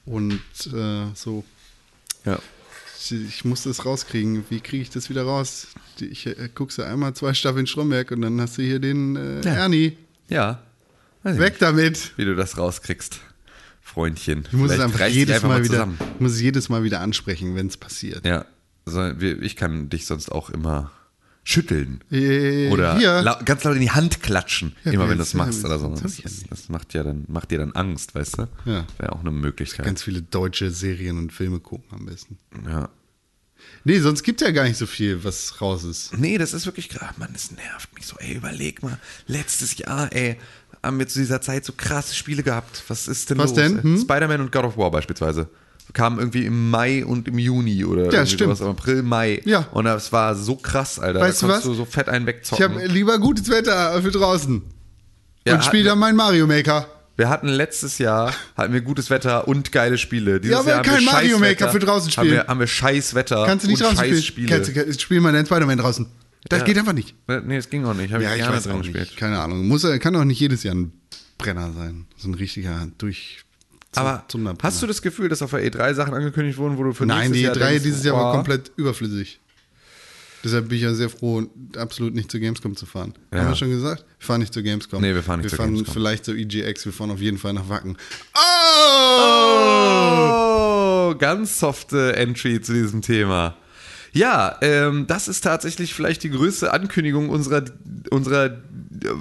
Und äh, so Ja. ich muss das rauskriegen. Wie kriege ich das wieder raus? Ich äh, guckst du einmal zwei Staffeln Stromberg und dann hast du hier den äh, Ja. Ernie. Ja. Weiß ich Weg damit! nicht, Wie du das rauskriegst, Freundchen. Ich muss Vielleicht es einfach reißt dich jedes einfach Mal wieder, zusammen. ich muss es jedes Mal wieder ansprechen, wenn es passiert. Ja, so, wir- ich kann dich sonst auch immer schütteln. Äh, Oder hier. lau- ganz laut in die Hand klatschen, Ja, immer aber wenn du jetzt- es machst ja, oder so. das hab Das, ich ja das, nicht. das macht, ja dann, macht dir dann Angst, weißt du? Ja. Wäre auch eine Möglichkeit. Ganz viele deutsche Serien und Filme gucken am besten. ja. Nee, sonst gibt ja gar nicht so viel, was raus ist. Nee, das ist wirklich krass. Mann, das nervt mich so. Ey, überleg mal. Letztes Jahr, ey, haben wir zu dieser Zeit so krasse Spiele gehabt. Was ist denn Was los? denn? ey? Hm? Spider-Man und God of War beispielsweise. Kamen irgendwie im Mai und im Juni oder irgendwie stimmt. sowas, im April, Mai. Ja. Und das war so krass, Alter. Weißt da du konntest was? du so fett einen Ich wegzocken. habe lieber gutes Wetter für draußen Ja, und hat- spiele dann meinen Mario Maker. Wir hatten letztes Jahr hatten wir gutes Wetter und geile Spiele. Dieses Ja, aber Jahr haben kein wir Mario Scheißwetter, Maker für draußen Haben wir, spielen. haben wir scheiß Wetter Kannst du nicht und draußen scheiß spielen. Spiele. Kannst, du- spiel mal den Spider-Man draußen. Das Ja. geht einfach nicht. nee, es ging auch nicht. Hab Ja, ich ich gerne weiß dran auch nicht. gespielt. Keine Ahnung. Muss, er- kann auch nicht jedes Jahr ein Brenner sein. So ein richtiger durch. Aber Zunderbrenner. hast du das Gefühl, dass auf der E3 Sachen angekündigt wurden, wo du für Nein, nächstes die Jahr E3 denkst, dieses Jahr war boah, komplett überflüssig. Deshalb bin ich ja sehr froh, absolut nicht zu Gamescom zu fahren. Haben wir schon gesagt? Wir fahren nicht zu Gamescom. Nee, wir fahren nicht wir zu fahren Gamescom. vielleicht zu EGX, wir fahren auf jeden Fall nach Wacken. Oh! Oh, ganz softe Entry zu diesem Thema. Ja, ähm, das ist tatsächlich vielleicht die größte Ankündigung unserer, unserer äh,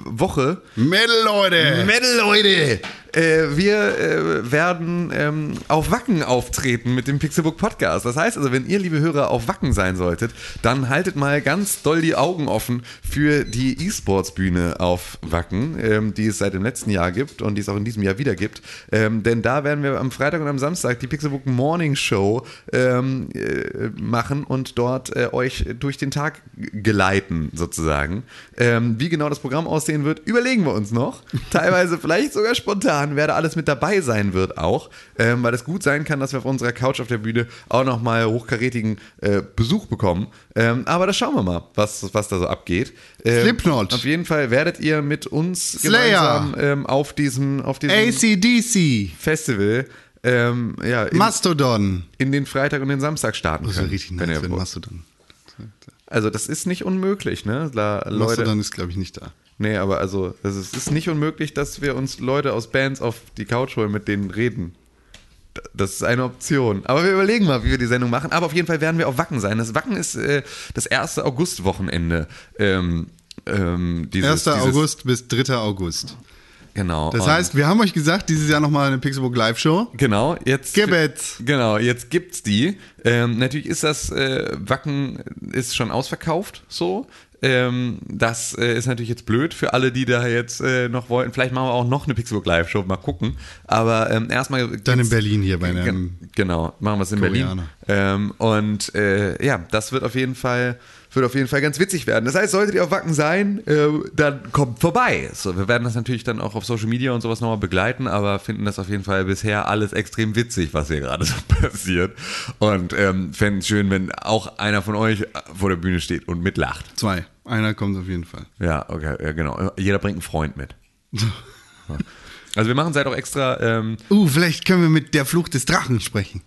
Woche. Metal, Leute! Metal, Leute! Äh, wir äh, werden ähm, auf Wacken auftreten mit dem Pixelbook Podcast. Das heißt also, wenn ihr, liebe Hörer, auf Wacken sein solltet, dann haltet mal ganz doll die Augen offen für die E-Sports-Bühne auf Wacken, ähm, die es seit dem letzten Jahr gibt und die es auch in diesem Jahr wieder gibt. Ähm, denn da werden wir am Freitag und am Samstag die Pixelbook Morning Show ähm, äh, machen und dort äh, euch durch den Tag geleiten, sozusagen. Ähm, wie genau das Programm aussehen wird, überlegen wir uns noch. Teilweise vielleicht sogar spontan an, wer da alles mit dabei sein wird auch, ähm, weil es gut sein kann, dass wir auf unserer Couch auf der Bühne auch nochmal hochkarätigen äh, Besuch bekommen. Ähm, aber das schauen wir mal, was, was da so abgeht. Ähm, Slipknot. Auf jeden Fall werdet ihr mit uns Slayer. gemeinsam ähm, auf diesem, auf diesem ACDC, Festival ähm, ja, in, Mastodon. in den Freitag und den Samstag starten Das ist ja können. richtig wenn nice, ihr wenn wollt. Mastodon. also das ist nicht unmöglich, ne? La, Leute, Mastodon ist, glaube ich, nicht da. Nee, aber also, also es ist nicht unmöglich, dass wir uns Leute aus Bands auf die Couch holen, mit denen reden. D- Das ist eine Option. Aber wir überlegen mal, wie wir die Sendung machen. Aber auf jeden Fall werden wir auf Wacken sein. Das Wacken ist äh, das erste Augustwochenende. Ähm, ähm, dieses, 1. dieses, August bis 3. August. Genau. Das Und- heißt, wir haben euch gesagt, dieses Jahr nochmal eine Pixelburg Live-Show. Genau, jetzt. Gibbets. Genau, jetzt gibt's die. Ähm, natürlich ist das äh, Wacken ist schon ausverkauft, so. Ähm, das äh, ist natürlich jetzt blöd für alle, die da jetzt äh, noch wollten. Vielleicht machen wir auch noch eine Pixelbook Live-Show, mal gucken. Aber ähm, erstmal. Dann in geht's- Berlin hier bei Ge- einem. Genau, machen wir es in Ähm, Koreaner. Berlin. Ähm, und äh, ja, das wird auf jeden Fall wird auf jeden Fall ganz witzig werden. Das heißt, solltet ihr auf Wacken sein, äh, dann kommt vorbei. So, wir werden das natürlich dann auch auf Social Media und sowas nochmal begleiten, aber finden das auf jeden Fall bisher alles extrem witzig, was hier gerade so passiert. Und ähm, fänden es schön, wenn auch einer von euch äh, vor der Bühne steht und mitlacht. Zwei. Einer kommt auf jeden Fall. Ja, okay, ja, genau. Jeder bringt einen Freund mit. Also wir machen es halt auch extra, ähm, Uh, vielleicht können wir mit der Flucht des Drachen sprechen.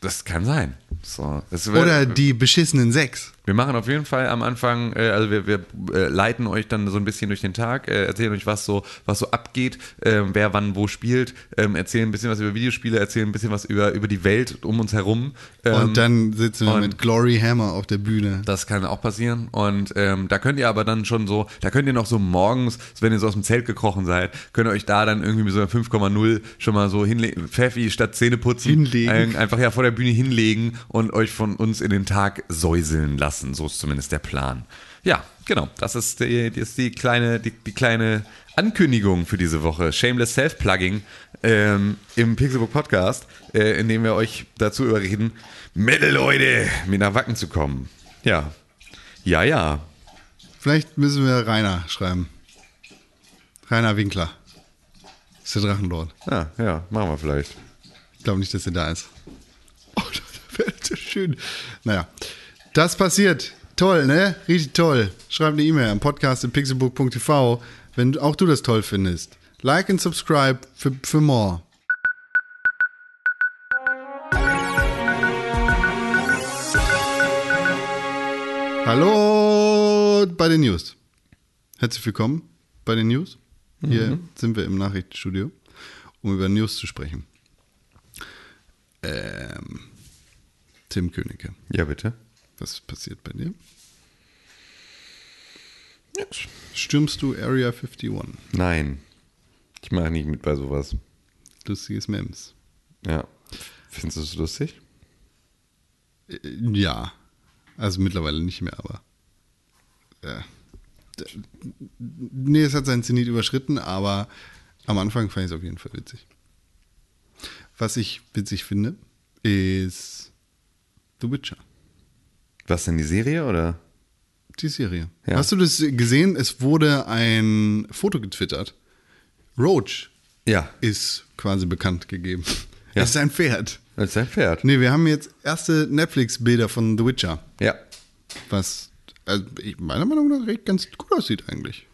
das kann sein. So, das wird- Oder die beschissenen Sechs. Wir machen auf jeden Fall am Anfang, äh, also wir, wir äh, leiten euch dann so ein bisschen durch den Tag, äh, erzählen euch, was so, was so abgeht, ähm, wer wann wo spielt, ähm, erzählen ein bisschen was über Videospiele, erzählen ein bisschen was über, über die Welt um uns herum. Ähm, Und dann sitzen wir und- mit Glory Hammer auf der Bühne. das kann auch passieren. Und ähm, da könnt ihr aber dann schon so, da könnt ihr noch so morgens, wenn ihr so aus dem Zelt gekrochen seid, könnt ihr euch da dann irgendwie mit so einer 5,0 schon mal so hinlegen, Pfeffi statt Zähne putzen. Hinlegen. Ein, einfach ja vor der Bühne hinlegen und euch von uns in den Tag säuseln lassen. So ist zumindest der Plan. Ja, genau. Das ist die, das ist die kleine, die, die kleine Ankündigung für diese Woche. Shameless Self-Plugging ähm, im Pixelbook Podcast, äh, in dem wir euch dazu überreden, Metal-Leute mit nach Wacken zu kommen. Ja. Ja, ja. Vielleicht müssen wir Rainer schreiben. Rainer Winkler. Ist der Drachenlord. Ja, Ah, ja, machen wir vielleicht. Ich glaube nicht, dass er da ist. Oh, das wäre so schön. Naja, das passiert. Toll, ne? Richtig toll. Schreib eine E-Mail am Podcast in pixelbook.tv, wenn auch du das toll findest. Like and subscribe für, für more. Hallo bei den News. Herzlich willkommen bei den News. Hier sind wir im Nachrichtenstudio, um über News zu sprechen. Ähm, Tim Königke, Ja, bitte. was passiert bei dir? Stürmst du Area 51? Nein. Ich mache nicht mit bei sowas. Lustiges Mems. Ja. Findest du es lustig? Äh, Ja. Also mittlerweile nicht mehr, aber. Ja. D- Nee, es hat seinen Zenit überschritten, aber am Anfang fand ich es auf jeden Fall witzig. Was ich witzig finde, ist The Witcher, Was denn die Serie oder? die Serie. Ja. Hast du das gesehen? Es wurde ein Foto getwittert. Roach Ja. ist quasi bekannt gegeben. Ja. Es ist ein Pferd. Das ist ein Pferd. Nee, wir haben jetzt erste Netflix-Bilder von The Witcher, Ja. was also ich, meiner Meinung nach recht ganz gut aussieht eigentlich.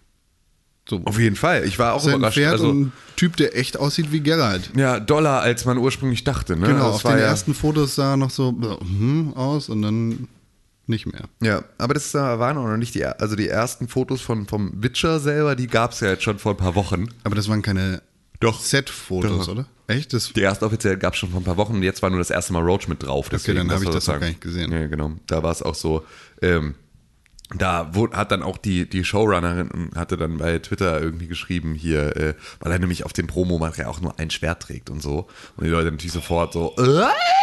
So, Auf jeden Fall. Ich war auch es ist ein überrascht. Pferd also, und ein Typ, der echt aussieht wie Geralt. ja, doller, als man ursprünglich dachte. Ne? Genau, das auf war den ja, ersten Fotos sah er noch so hm, aus und dann nicht mehr. Ja, aber das äh, waren auch noch nicht die, also die ersten Fotos von, vom Witcher selber, die gab es ja jetzt schon vor ein paar Wochen. Aber das waren keine Doch. Set-Fotos, Doch. oder? Echt? Das, Die erste offiziell gab es schon vor ein paar Wochen und jetzt war nur das erste Mal Roach mit drauf. Deswegen, dann habe ich war das noch sozusagen- gar nicht gesehen. Ja, genau. Da war es auch so. Ähm, da wo, hat dann auch die, die Showrunnerin ähm, hatte dann bei Twitter irgendwie geschrieben hier, äh, weil er nämlich auf dem Promo-Material auch nur ein Schwert trägt und so. Und die Leute natürlich sofort so, äh, warum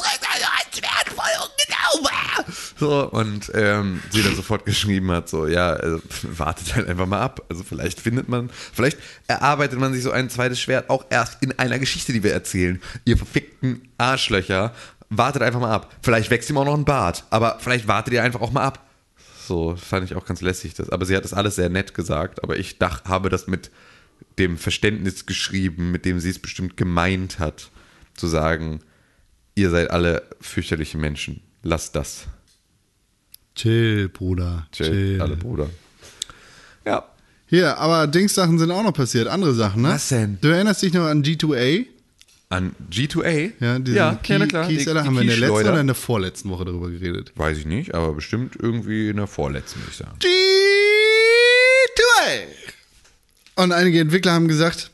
trägt er nur ein Schwert voll ungenau? äh." So, und ähm, sie dann sofort geschrieben hat, so, ja, also, wartet halt einfach mal ab. Also vielleicht findet man, vielleicht erarbeitet man sich so ein zweites Schwert auch erst in einer Geschichte, die wir erzählen. Ihr verfickten Arschlöcher, wartet einfach mal ab. Vielleicht wächst ihm auch noch ein Bart, aber vielleicht wartet ihr einfach auch mal ab. So, fand ich auch ganz lässig. Das. Aber sie hat das alles sehr nett gesagt, aber ich dach, habe das mit dem Verständnis geschrieben, mit dem sie es bestimmt gemeint hat, zu sagen, ihr seid alle fürchterliche Menschen. Lasst das. Chill, Bruder. Chill. Chill. Alle Bruder. Ja. Hier, aber Dings-Sachen sind auch noch passiert. Andere Sachen, ne? Was denn? Du erinnerst dich noch an G2A? An G2A? Ja, diesen Key, na Keyseller haben wir in der letzten Keyschleuder. oder ne- in der vorletzten Woche darüber geredet. Weiß ich nicht, aber bestimmt irgendwie in der vorletzten, würde ich sagen. G2A! Und einige Entwickler haben gesagt,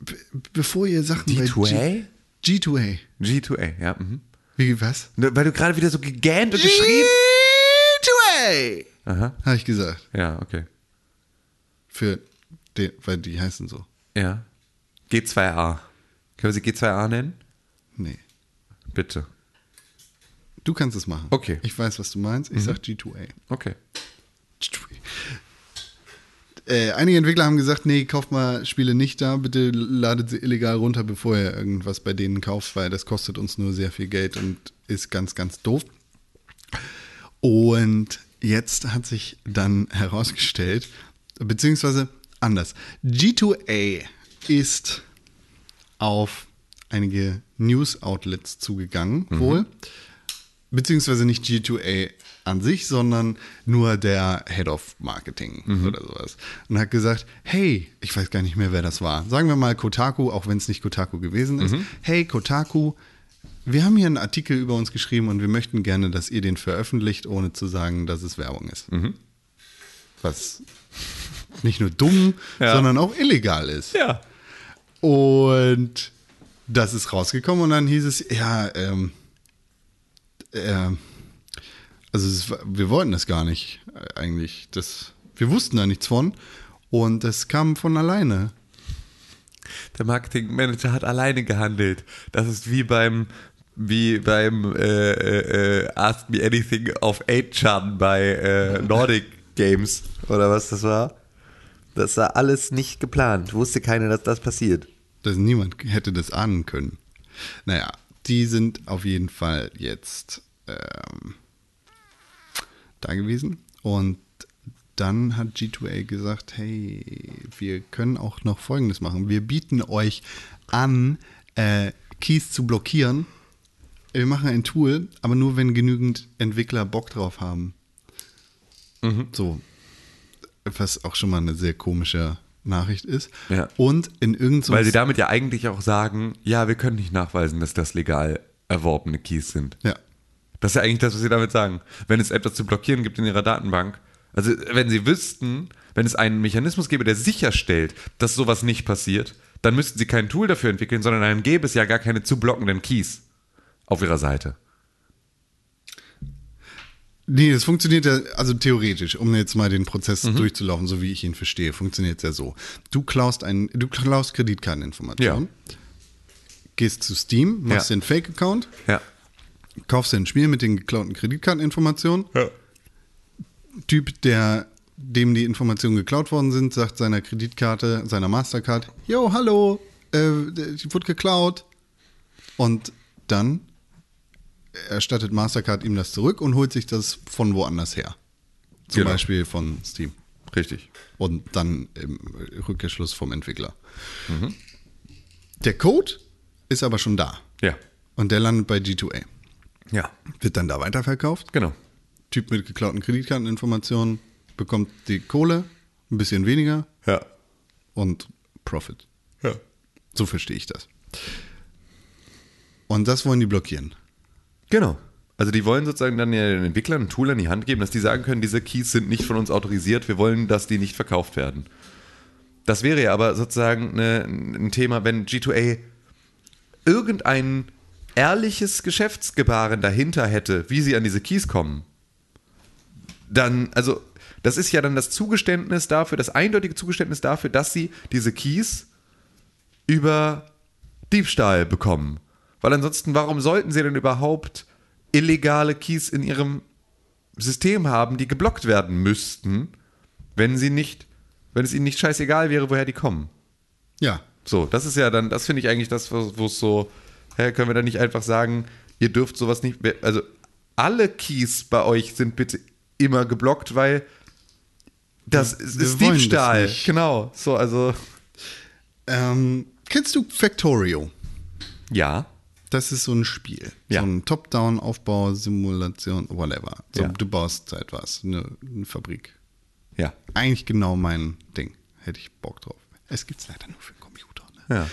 be- bevor ihr Sachen G2A? bei G G2A. G2A, ja. Mhm. Wie, was? Ne, Weil du gerade wieder so gegähnt und geschrien. G2A! Aha. Habe ich gesagt. Ja, okay. Für den, weil die heißen so. Ja. G2A. Können wir sie G2A nennen? Nee. Bitte. Du kannst es machen. Okay. Ich weiß, was du meinst. Ich sag G2A. Okay. Äh, einige Entwickler haben gesagt, nee, kauft mal Spiele nicht da, bitte ladet sie illegal runter, bevor ihr irgendwas bei denen kauft, weil das kostet uns nur sehr viel Geld und ist ganz, ganz doof. Und jetzt hat sich dann herausgestellt, beziehungsweise anders, G2A ist auf einige News-Outlets zugegangen, wohl. Beziehungsweise nicht G2A an sich, sondern nur der Head of Marketing oder sowas. Und hat gesagt, hey, ich weiß gar nicht mehr, wer das war. Sagen wir mal Kotaku, auch wenn es nicht Kotaku gewesen ist. Hey, Kotaku, wir haben hier einen Artikel über uns geschrieben und wir möchten gerne, dass ihr den veröffentlicht, ohne zu sagen, dass es Werbung ist. Was nicht nur dumm, Ja. sondern auch illegal ist. Ja. Und das ist rausgekommen und dann hieß es, ja, ähm, ähm, also es, war- wir wollten das gar nicht äh, eigentlich. Das, wir wussten da nichts von und das kam von alleine. Der Marketingmanager hat alleine gehandelt. Das ist wie beim wie beim äh, äh, äh, Ask Me Anything auf 8chan bei äh, Nordic Games oder was das war. Das war alles nicht geplant. Wusste keiner, dass das passiert. dass niemand hätte das ahnen können. Naja, die sind auf jeden Fall jetzt ähm, da gewesen und dann hat G2A gesagt, hey, wir können auch noch Folgendes machen. Wir bieten euch an, äh, Keys zu blockieren. Wir machen ein Tool, aber nur wenn genügend Entwickler Bock drauf haben. Mhm. So, was auch schon mal eine sehr komische Nachricht ist. Ja. Und in irgendeinem Weil sie damit ja eigentlich auch sagen, ja, wir können nicht nachweisen, dass das legal erworbene Keys sind. Ja. Das ist ja eigentlich das, was sie damit sagen. Wenn es etwas zu blockieren gibt in ihrer Datenbank, also wenn sie wüssten, wenn es einen Mechanismus gäbe, der sicherstellt, dass sowas nicht passiert, dann müssten sie kein Tool dafür entwickeln, sondern dann gäbe es ja gar keine zu blockenden Keys auf ihrer Seite. Nee, das funktioniert ja, also theoretisch, um jetzt mal den Prozess durchzulaufen, so wie ich ihn verstehe, funktioniert es ja so. Du klaust einen, du klaust Kreditkarteninformationen, gehst zu Steam, machst Ja. dir einen Fake-Account, Ja. kaufst dir ein Spiel mit den geklauten Kreditkarteninformationen. Ja. Typ, der dem die Informationen geklaut worden sind, sagt seiner Kreditkarte, seiner Mastercard, yo, hallo, äh, die wurde geklaut. Und dann erstattet Mastercard ihm das zurück und holt sich das von woanders her. Zum Genau. Beispiel von Steam. Richtig. Und dann im Rückkehrschluss vom Entwickler. Der Code ist aber schon da. Ja. Und der landet bei G2A. Ja. Wird dann da weiterverkauft. Genau. Typ mit geklauten Kreditkarteninformationen bekommt die Kohle, ein bisschen weniger Ja. und Profit. Ja. So verstehe ich das. Und das wollen die blockieren. Genau. Also die wollen sozusagen dann ja den Entwicklern ein Tool an die Hand geben, dass die sagen können, diese Keys sind nicht von uns autorisiert, wir wollen, dass die nicht verkauft werden. Das wäre ja aber sozusagen eine, ein Thema, wenn G2A irgendein ehrliches Geschäftsgebaren dahinter hätte, wie sie an diese Keys kommen. Dann, also das ist ja dann das Zugeständnis dafür, das eindeutige Zugeständnis dafür, dass sie diese Keys über Diebstahl bekommen. Weil ansonsten, warum sollten sie denn überhaupt illegale Keys in ihrem System haben, die geblockt werden müssten, wenn sie nicht, wenn es ihnen nicht scheißegal wäre, woher die kommen? Ja. So, das ist ja dann, das finde ich eigentlich das, wo wo es so, hä, können wir da nicht einfach sagen, ihr dürft sowas nicht, mehr- also alle Keys bei euch sind bitte immer geblockt, weil das ist, wir ist wollen das Diebstahl. nicht. genau, so, also, Ähm, kennst du Factorio? Ja. Das ist so ein Spiel. Ja. So ein Top-Down-Aufbau, Simulation, whatever. So, Ja. Du baust etwas, eine, eine Fabrik. Ja. Eigentlich genau mein Ding. Hätte ich Bock drauf. Es gibt es leider nur für den Computer. Ne? Ja.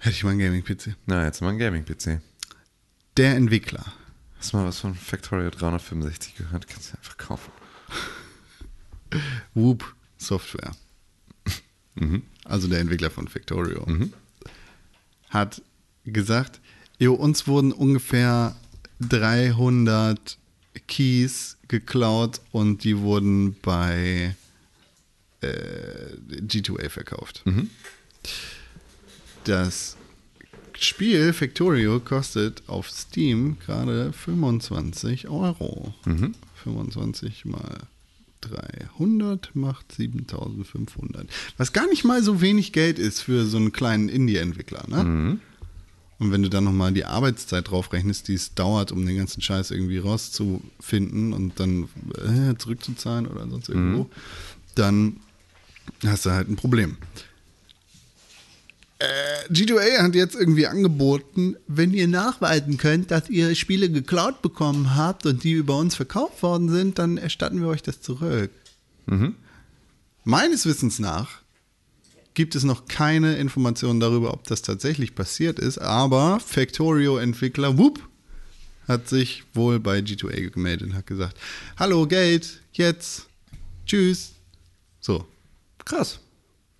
Hätte ich mal einen Gaming-PC. Na, jetzt mal ein Gaming-PC. Der Entwickler. Hast du mal was von Factorio 365 gehört? Kannst du einfach kaufen. Whoop Software. Also der Entwickler von Factorio. Hat gesagt, jo, uns wurden ungefähr 300 Keys geklaut und die wurden bei äh, G2A verkauft. Das Spiel Factorio kostet auf Steam gerade 25 Euro. 25 mal 300 macht 7500. Was gar nicht mal so wenig Geld ist für so einen kleinen Indie-Entwickler. Ne? Und wenn du dann nochmal die Arbeitszeit draufrechnest, die es dauert, um den ganzen Scheiß irgendwie rauszufinden und dann äh, zurückzuzahlen oder sonst irgendwo, dann hast du halt ein Problem. G2A hat jetzt irgendwie angeboten, wenn ihr nachweisen könnt, dass ihr Spiele geklaut bekommen habt und die über uns verkauft worden sind, dann erstatten wir euch das zurück. Meines Wissens nach gibt es noch keine Informationen darüber, ob das tatsächlich passiert ist, aber Factorio-Entwickler, whoop, hat sich wohl bei G2A gemeldet und hat gesagt, hallo Geld, jetzt, tschüss. So, Krass.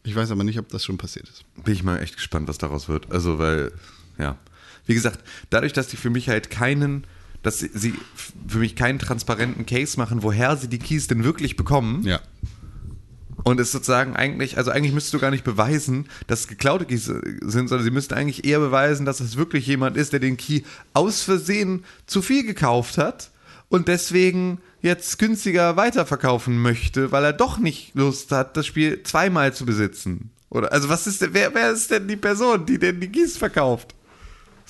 ich weiß aber nicht, ob das schon passiert ist. bin ich mal echt gespannt, was daraus wird. Also, weil, ja. Wie gesagt, dadurch, dass die für mich halt keinen, dass sie- sie f- für mich keinen transparenten Case machen, woher sie die Keys denn wirklich bekommen. Ja. Und es sozusagen eigentlich, also eigentlich müsstest du gar nicht beweisen, dass es geklaute Keys sind, sondern sie müssten eigentlich eher beweisen, dass es wirklich jemand ist, der den Key aus Versehen zu viel gekauft hat und deswegen jetzt günstiger weiterverkaufen möchte, weil er doch nicht Lust hat, das Spiel zweimal zu besitzen. Oder also was ist denn, wer, wer ist denn die Person, die denn die Keys verkauft?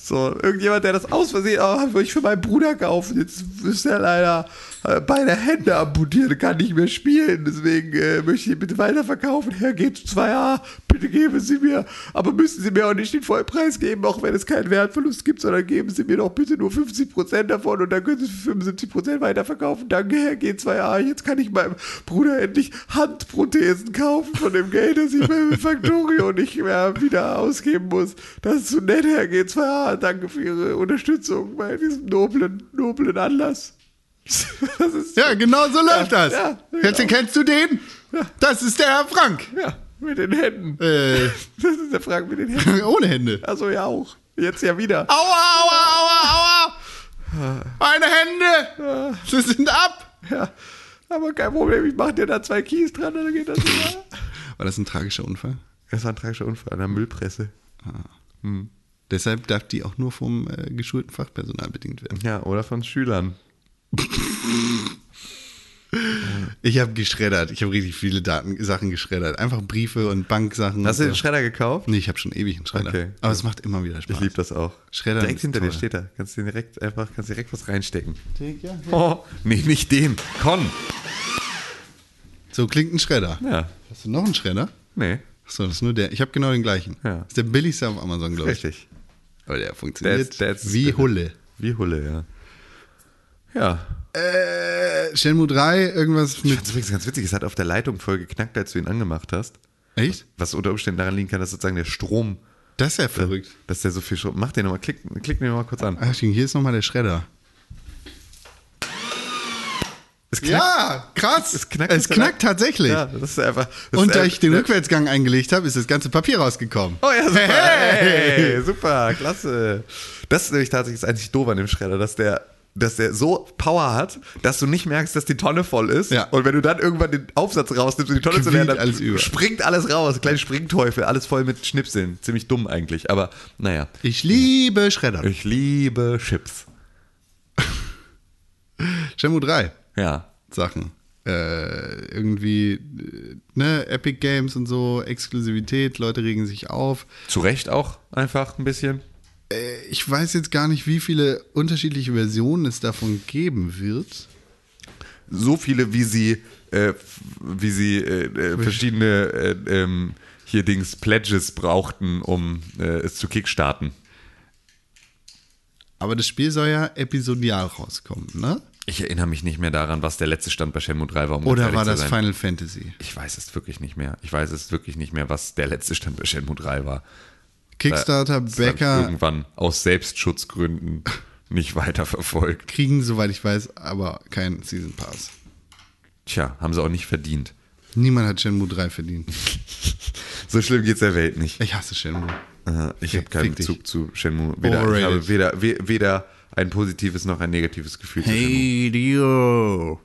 So, irgendjemand, der das aus Versehen, oh, würde ich für meinen Bruder kaufen. Jetzt ist er leider äh, beide Hände amputiert, kann nicht mehr spielen. Deswegen äh, möchte ich ihn bitte weiterverkaufen. Herr, geht zu 2A, bitte geben Sie mir. Aber müssen Sie mir auch nicht den Vollpreis geben, auch wenn es keinen Wertverlust gibt, sondern geben Sie mir doch bitte nur 50% davon und dann können Sie es für 75% weiterverkaufen. Danke, Herr G2A. Jetzt kann ich meinem Bruder endlich Handprothesen kaufen von dem Geld, das ich mir mit Factorio nicht mehr wieder ausgeben muss. Das ist so nett, Herr G2A. Danke für Ihre Unterstützung bei diesem noblen, noblen Anlass. Das ist, Ja, genau so läuft das. ja, Jetzt kennst du den? Das ist der Herr Frank. ja, mit den Händen. Äh, Das ist der Frage mit den Händen. ohne Hände. Also ja auch. Jetzt ja wieder. Aua, aua, aua, aua. Meine Hände. Sie sind ab. Ja. Aber kein Problem, ich mache dir da zwei Keys dran und dann geht das wieder. War das ein tragischer Unfall? Das war ein tragischer Unfall an der Müllpresse. Deshalb darf die auch nur vom äh, geschulten Fachpersonal bedient werden. Ja, oder von Schülern. Ich habe geschreddert. Ich habe richtig viele Daten, Sachen geschreddert. Einfach Briefe und Banksachen. Hast du und den so. Schredder gekauft? Nee, ich habe schon ewig einen Schredder. Okay. Aber es macht immer wieder Spaß. Ich liebe das auch. Schredder direkt ist hinter toll. dir steht er. Kannst du direkt einfach, kannst direkt was reinstecken. Ja. Oh, nee, nicht den. Con. So klingt ein Schredder. Ja. Hast du noch einen Schredder? Nee. Achso, das ist nur der. Ich habe genau den gleichen. Ja. Ist der billigste auf Amazon, glaube ich. Richtig. Aber der funktioniert That's- that's- wie Hulle. Wie Hulle, ja. Ja. Äh, Shenmue 3, irgendwas Ich mit. fand es übrigens ganz witzig, es hat auf der Leitung voll geknackt, als du ihn angemacht hast. Echt? Was unter Umständen daran liegen kann, dass sozusagen der Strom, Das ist ja verrückt. dass der so viel Strom. Mach den nochmal, klick, klick den nochmal kurz an. Ach, hier ist nochmal der Schredder. Es knackt. Ja, krass. Es knackt, es knackt tatsächlich. Ja, das ist einfach. Das Und ist, da äh, ich den ja. Rückwärtsgang eingelegt habe, ist das ganze Papier rausgekommen. Oh ja, super. Hey. Hey. super, klasse. Das ist nämlich tatsächlich das eigentlich doof an dem Schredder, dass der, dass der so Power hat, dass du nicht merkst, dass die Tonne voll ist. Ja. Und wenn du dann irgendwann den Aufsatz rausnimmst, um die Tonne zu leeren, Quillt dann alles über. springt alles raus. Kleine Springteufel, alles voll mit Schnipseln. Ziemlich dumm eigentlich, aber naja. Ich liebe Schredder. Ich liebe Chips. Shenmue 3 Ja. Sachen. Äh, irgendwie, äh, ne, Epic Games und so, Exklusivität, Leute regen sich auf. Zu Recht auch einfach ein bisschen. Äh, Ich weiß jetzt gar nicht, wie viele unterschiedliche Versionen es davon geben wird. so viele, wie sie, äh, f- wie sie äh, äh, verschiedene äh, ähm, hier Dings Pledges brauchten, um äh, es zu kickstarten. Aber das Spiel soll ja episodial rauskommen, ne? Ich erinnere mich nicht mehr daran, was der letzte Stand bei Shenmue 3 war. Um ganz Oder ehrlich war zu das sein. Äh, Final Fantasy? Ich weiß es wirklich nicht mehr. Ich weiß es wirklich nicht mehr, was der letzte Stand bei Shenmue 3 war. Kickstarter, Das habe ich Bäcker irgendwann aus Selbstschutzgründen nicht weiterverfolgt. kriegen, soweit ich weiß, aber keinen Season Pass. Tja, haben sie auch nicht verdient. Niemand hat Shenmue 3 verdient. So schlimm geht's der Welt nicht. Ich hasse Shenmue. Äh, Ich habe keinen fick dich. Bezug zu Shenmue. Weder, ich Overrated. habe weder, we- weder ein positives noch ein negatives Gefühl zu Shenmue. Hey, Dio.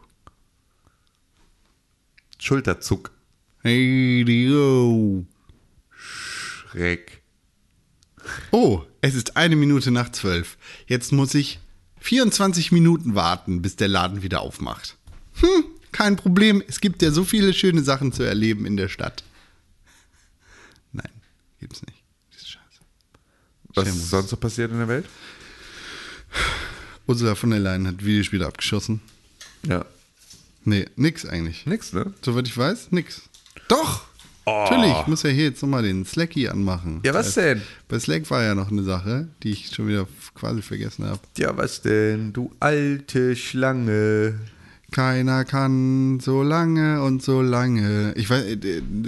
Schulterzuck, Hey, Dio. Schreck. Oh, es ist eine Minute nach zwölf. Jetzt muss ich 24 Minuten warten, bis der Laden wieder aufmacht. Hm, kein Problem. Es gibt ja so viele schöne Sachen zu erleben in der Stadt. Nein, gibt's nicht. Das ist scheiße. Was Shenmue. ist sonst so passiert in der Welt? Ursula von der Leyen hat Videospiele abgeschossen. Ja. Nee, nix eigentlich. Nix, ne? Oh. Soweit ich weiß, nix. Doch! Natürlich, ich muss ja hier jetzt nochmal den Slacky anmachen. Ja, was Da ist- denn? Bei Slack war ja noch eine Sache, die ich schon wieder f- quasi vergessen habe. Ja, was denn, du alte Schlange? Keiner kann so lange und so lange. Ich weiß, äh,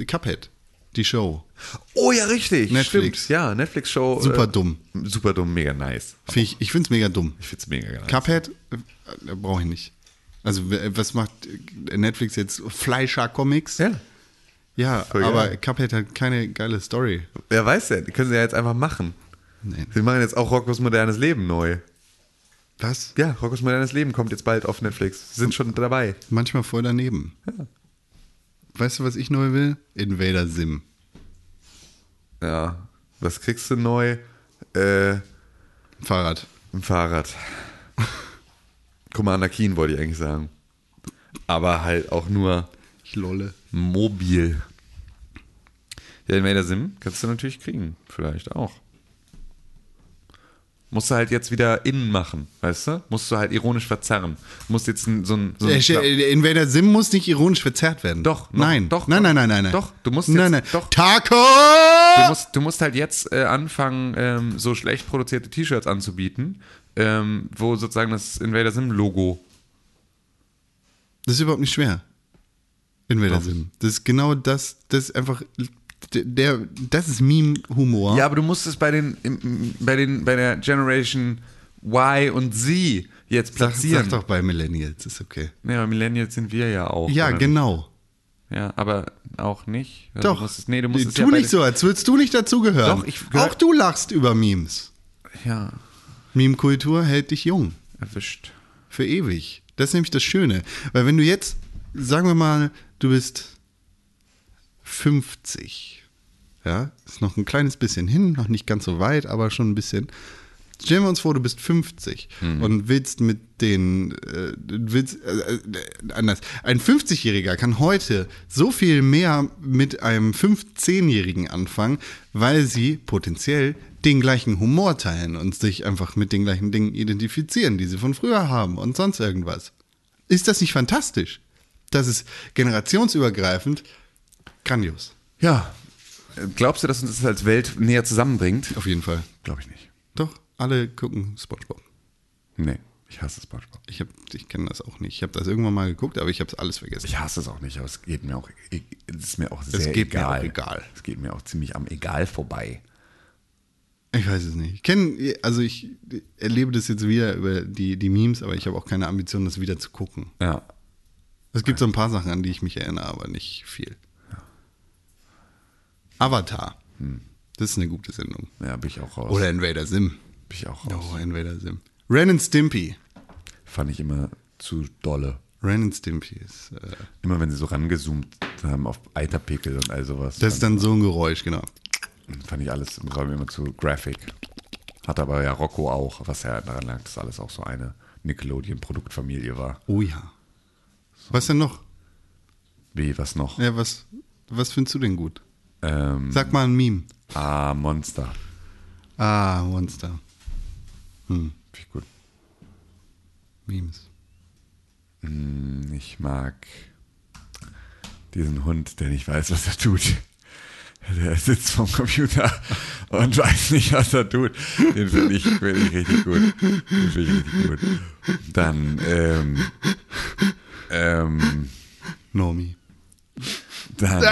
äh, Cuphead, die Show. Oh ja, richtig. Netflix. Stimmt. Ja, Netflix-Show. äh, Super dumm. Super dumm, mega nice. Find ich ich finde es mega dumm. Ich find's mega nice. Cuphead äh, äh, brauche ich nicht. Also, w- äh, was macht äh, Netflix jetzt? Fleischer-Comics? Ja. Ja, Voll aber geil. Cuphead hat keine geile Story. Wer weiß denn? Die Können sie ja jetzt einfach machen. Nee. Sie machen jetzt auch Rockos modernes Leben neu. Was? Ja, Rockos modernes Leben kommt jetzt bald auf Netflix. Sie sind schon dabei. Manchmal voll daneben. Weißt du, was ich neu will? Invader Sim. Ja. Was kriegst du neu? Äh, Fahrrad. ein Fahrrad. Commander Keen wollte ich eigentlich sagen. Aber halt auch nur Ich lolle. mobil. Ja, Invader Sim kannst du natürlich kriegen. Vielleicht auch. Musst du halt jetzt wieder innen machen, weißt du? Musst du halt ironisch verzerren. Musst jetzt ein, so ein. So ein Äh, äh, Invader Sim muss nicht ironisch verzerrt werden. Doch, noch- nein. doch, nein, doch. nein, nein, nein, nein. Doch, du musst Nein, jetzt- nein. doch. Taco! Du musst, du musst halt jetzt äh, anfangen, ähm, so schlecht produzierte T-Shirts anzubieten, ähm, wo sozusagen das Invader Sim-Logo. Das ist überhaupt nicht schwer. Invader Sim. Das ist genau das, das ist einfach, der- der, das ist Meme-Humor. Ja, aber du musst es bei den, im- im, bei den, bei der Generation Y und Z jetzt sag, platzieren. sag doch bei Millennials, ist okay. Ja, aber Millennials sind wir ja auch. Ja, oder genau. nicht? Ja, aber auch nicht. Also Doch. Äh, Du musst es, nee, du musst es tu ja bei nicht den- so, als würdest du nicht dazugehören. Doch, ich- Auch du lachst über Memes. Ja, Meme-Kultur hält dich jung. erwischt. Für ewig. Das ist nämlich das Schöne. Weil wenn du jetzt, sagen wir mal, du bist 50. Ja, ist noch ein kleines bisschen hin, noch nicht ganz so weit, aber schon ein bisschen. Stellen wir uns vor, du bist 50 und willst mit den, äh, willst, äh, äh, anders. Ein 50-Jähriger kann heute so viel mehr mit einem 15-Jährigen anfangen, weil sie potenziell den gleichen Humor teilen und sich einfach mit den gleichen Dingen identifizieren, die sie von früher haben und sonst irgendwas. Ist das nicht fantastisch? Das ist generationsübergreifend grandios. Ja. Äh, Glaubst du, dass uns das als Welt näher zusammenbringt? Auf jeden Fall. Glaube ich nicht. Doch, alle gucken SpongeBob. Nee, ich hasse SpongeBob. Ich, hab- ich kenne das auch nicht. Ich habe das irgendwann mal geguckt, aber ich habe es alles vergessen. Ich hasse es auch nicht, aber es geht mir auch, ich- es ist mir auch sehr geht mir egal. auch egal. Es geht mir auch ziemlich am Egal vorbei. Ich weiß es nicht. Ich kenne, also ich erlebe das jetzt wieder über die, die Memes, aber ich habe auch keine Ambition, das wieder zu gucken. Ja. Es gibt so ein paar Sachen, an die ich mich erinnere, aber nicht viel. Avatar. Das ist eine gute Sendung. Ja, bin ich auch raus. Oder Invader Sim. bin ich auch raus. Oh, Invader Sim. Ren and Stimpy. Fand ich immer zu dolle. Ren and Stimpy ist. Äh, Immer wenn sie so rangezoomt haben auf Eiterpickel und all sowas. das ist dann so ein Geräusch, genau. dann fand ich alles im Raum immer zu graphic. Hat aber ja Rocco auch, was ja daran lag, dass alles auch so eine Nickelodeon-Produktfamilie war. Oh ja. Was denn noch? Wie, was noch? Ja, was, was findest du denn gut? Ähm, Sag mal ein Meme. ah, Monster. Ah, Monster. Finde ich gut. Memes. Ich mag diesen Hund, der nicht weiß, was er tut. Der sitzt vom Computer und weiß nicht, was er tut. Den finde ich, find ich richtig gut. Den finde ich richtig gut. Dann, ähm, ähm, Normie. dann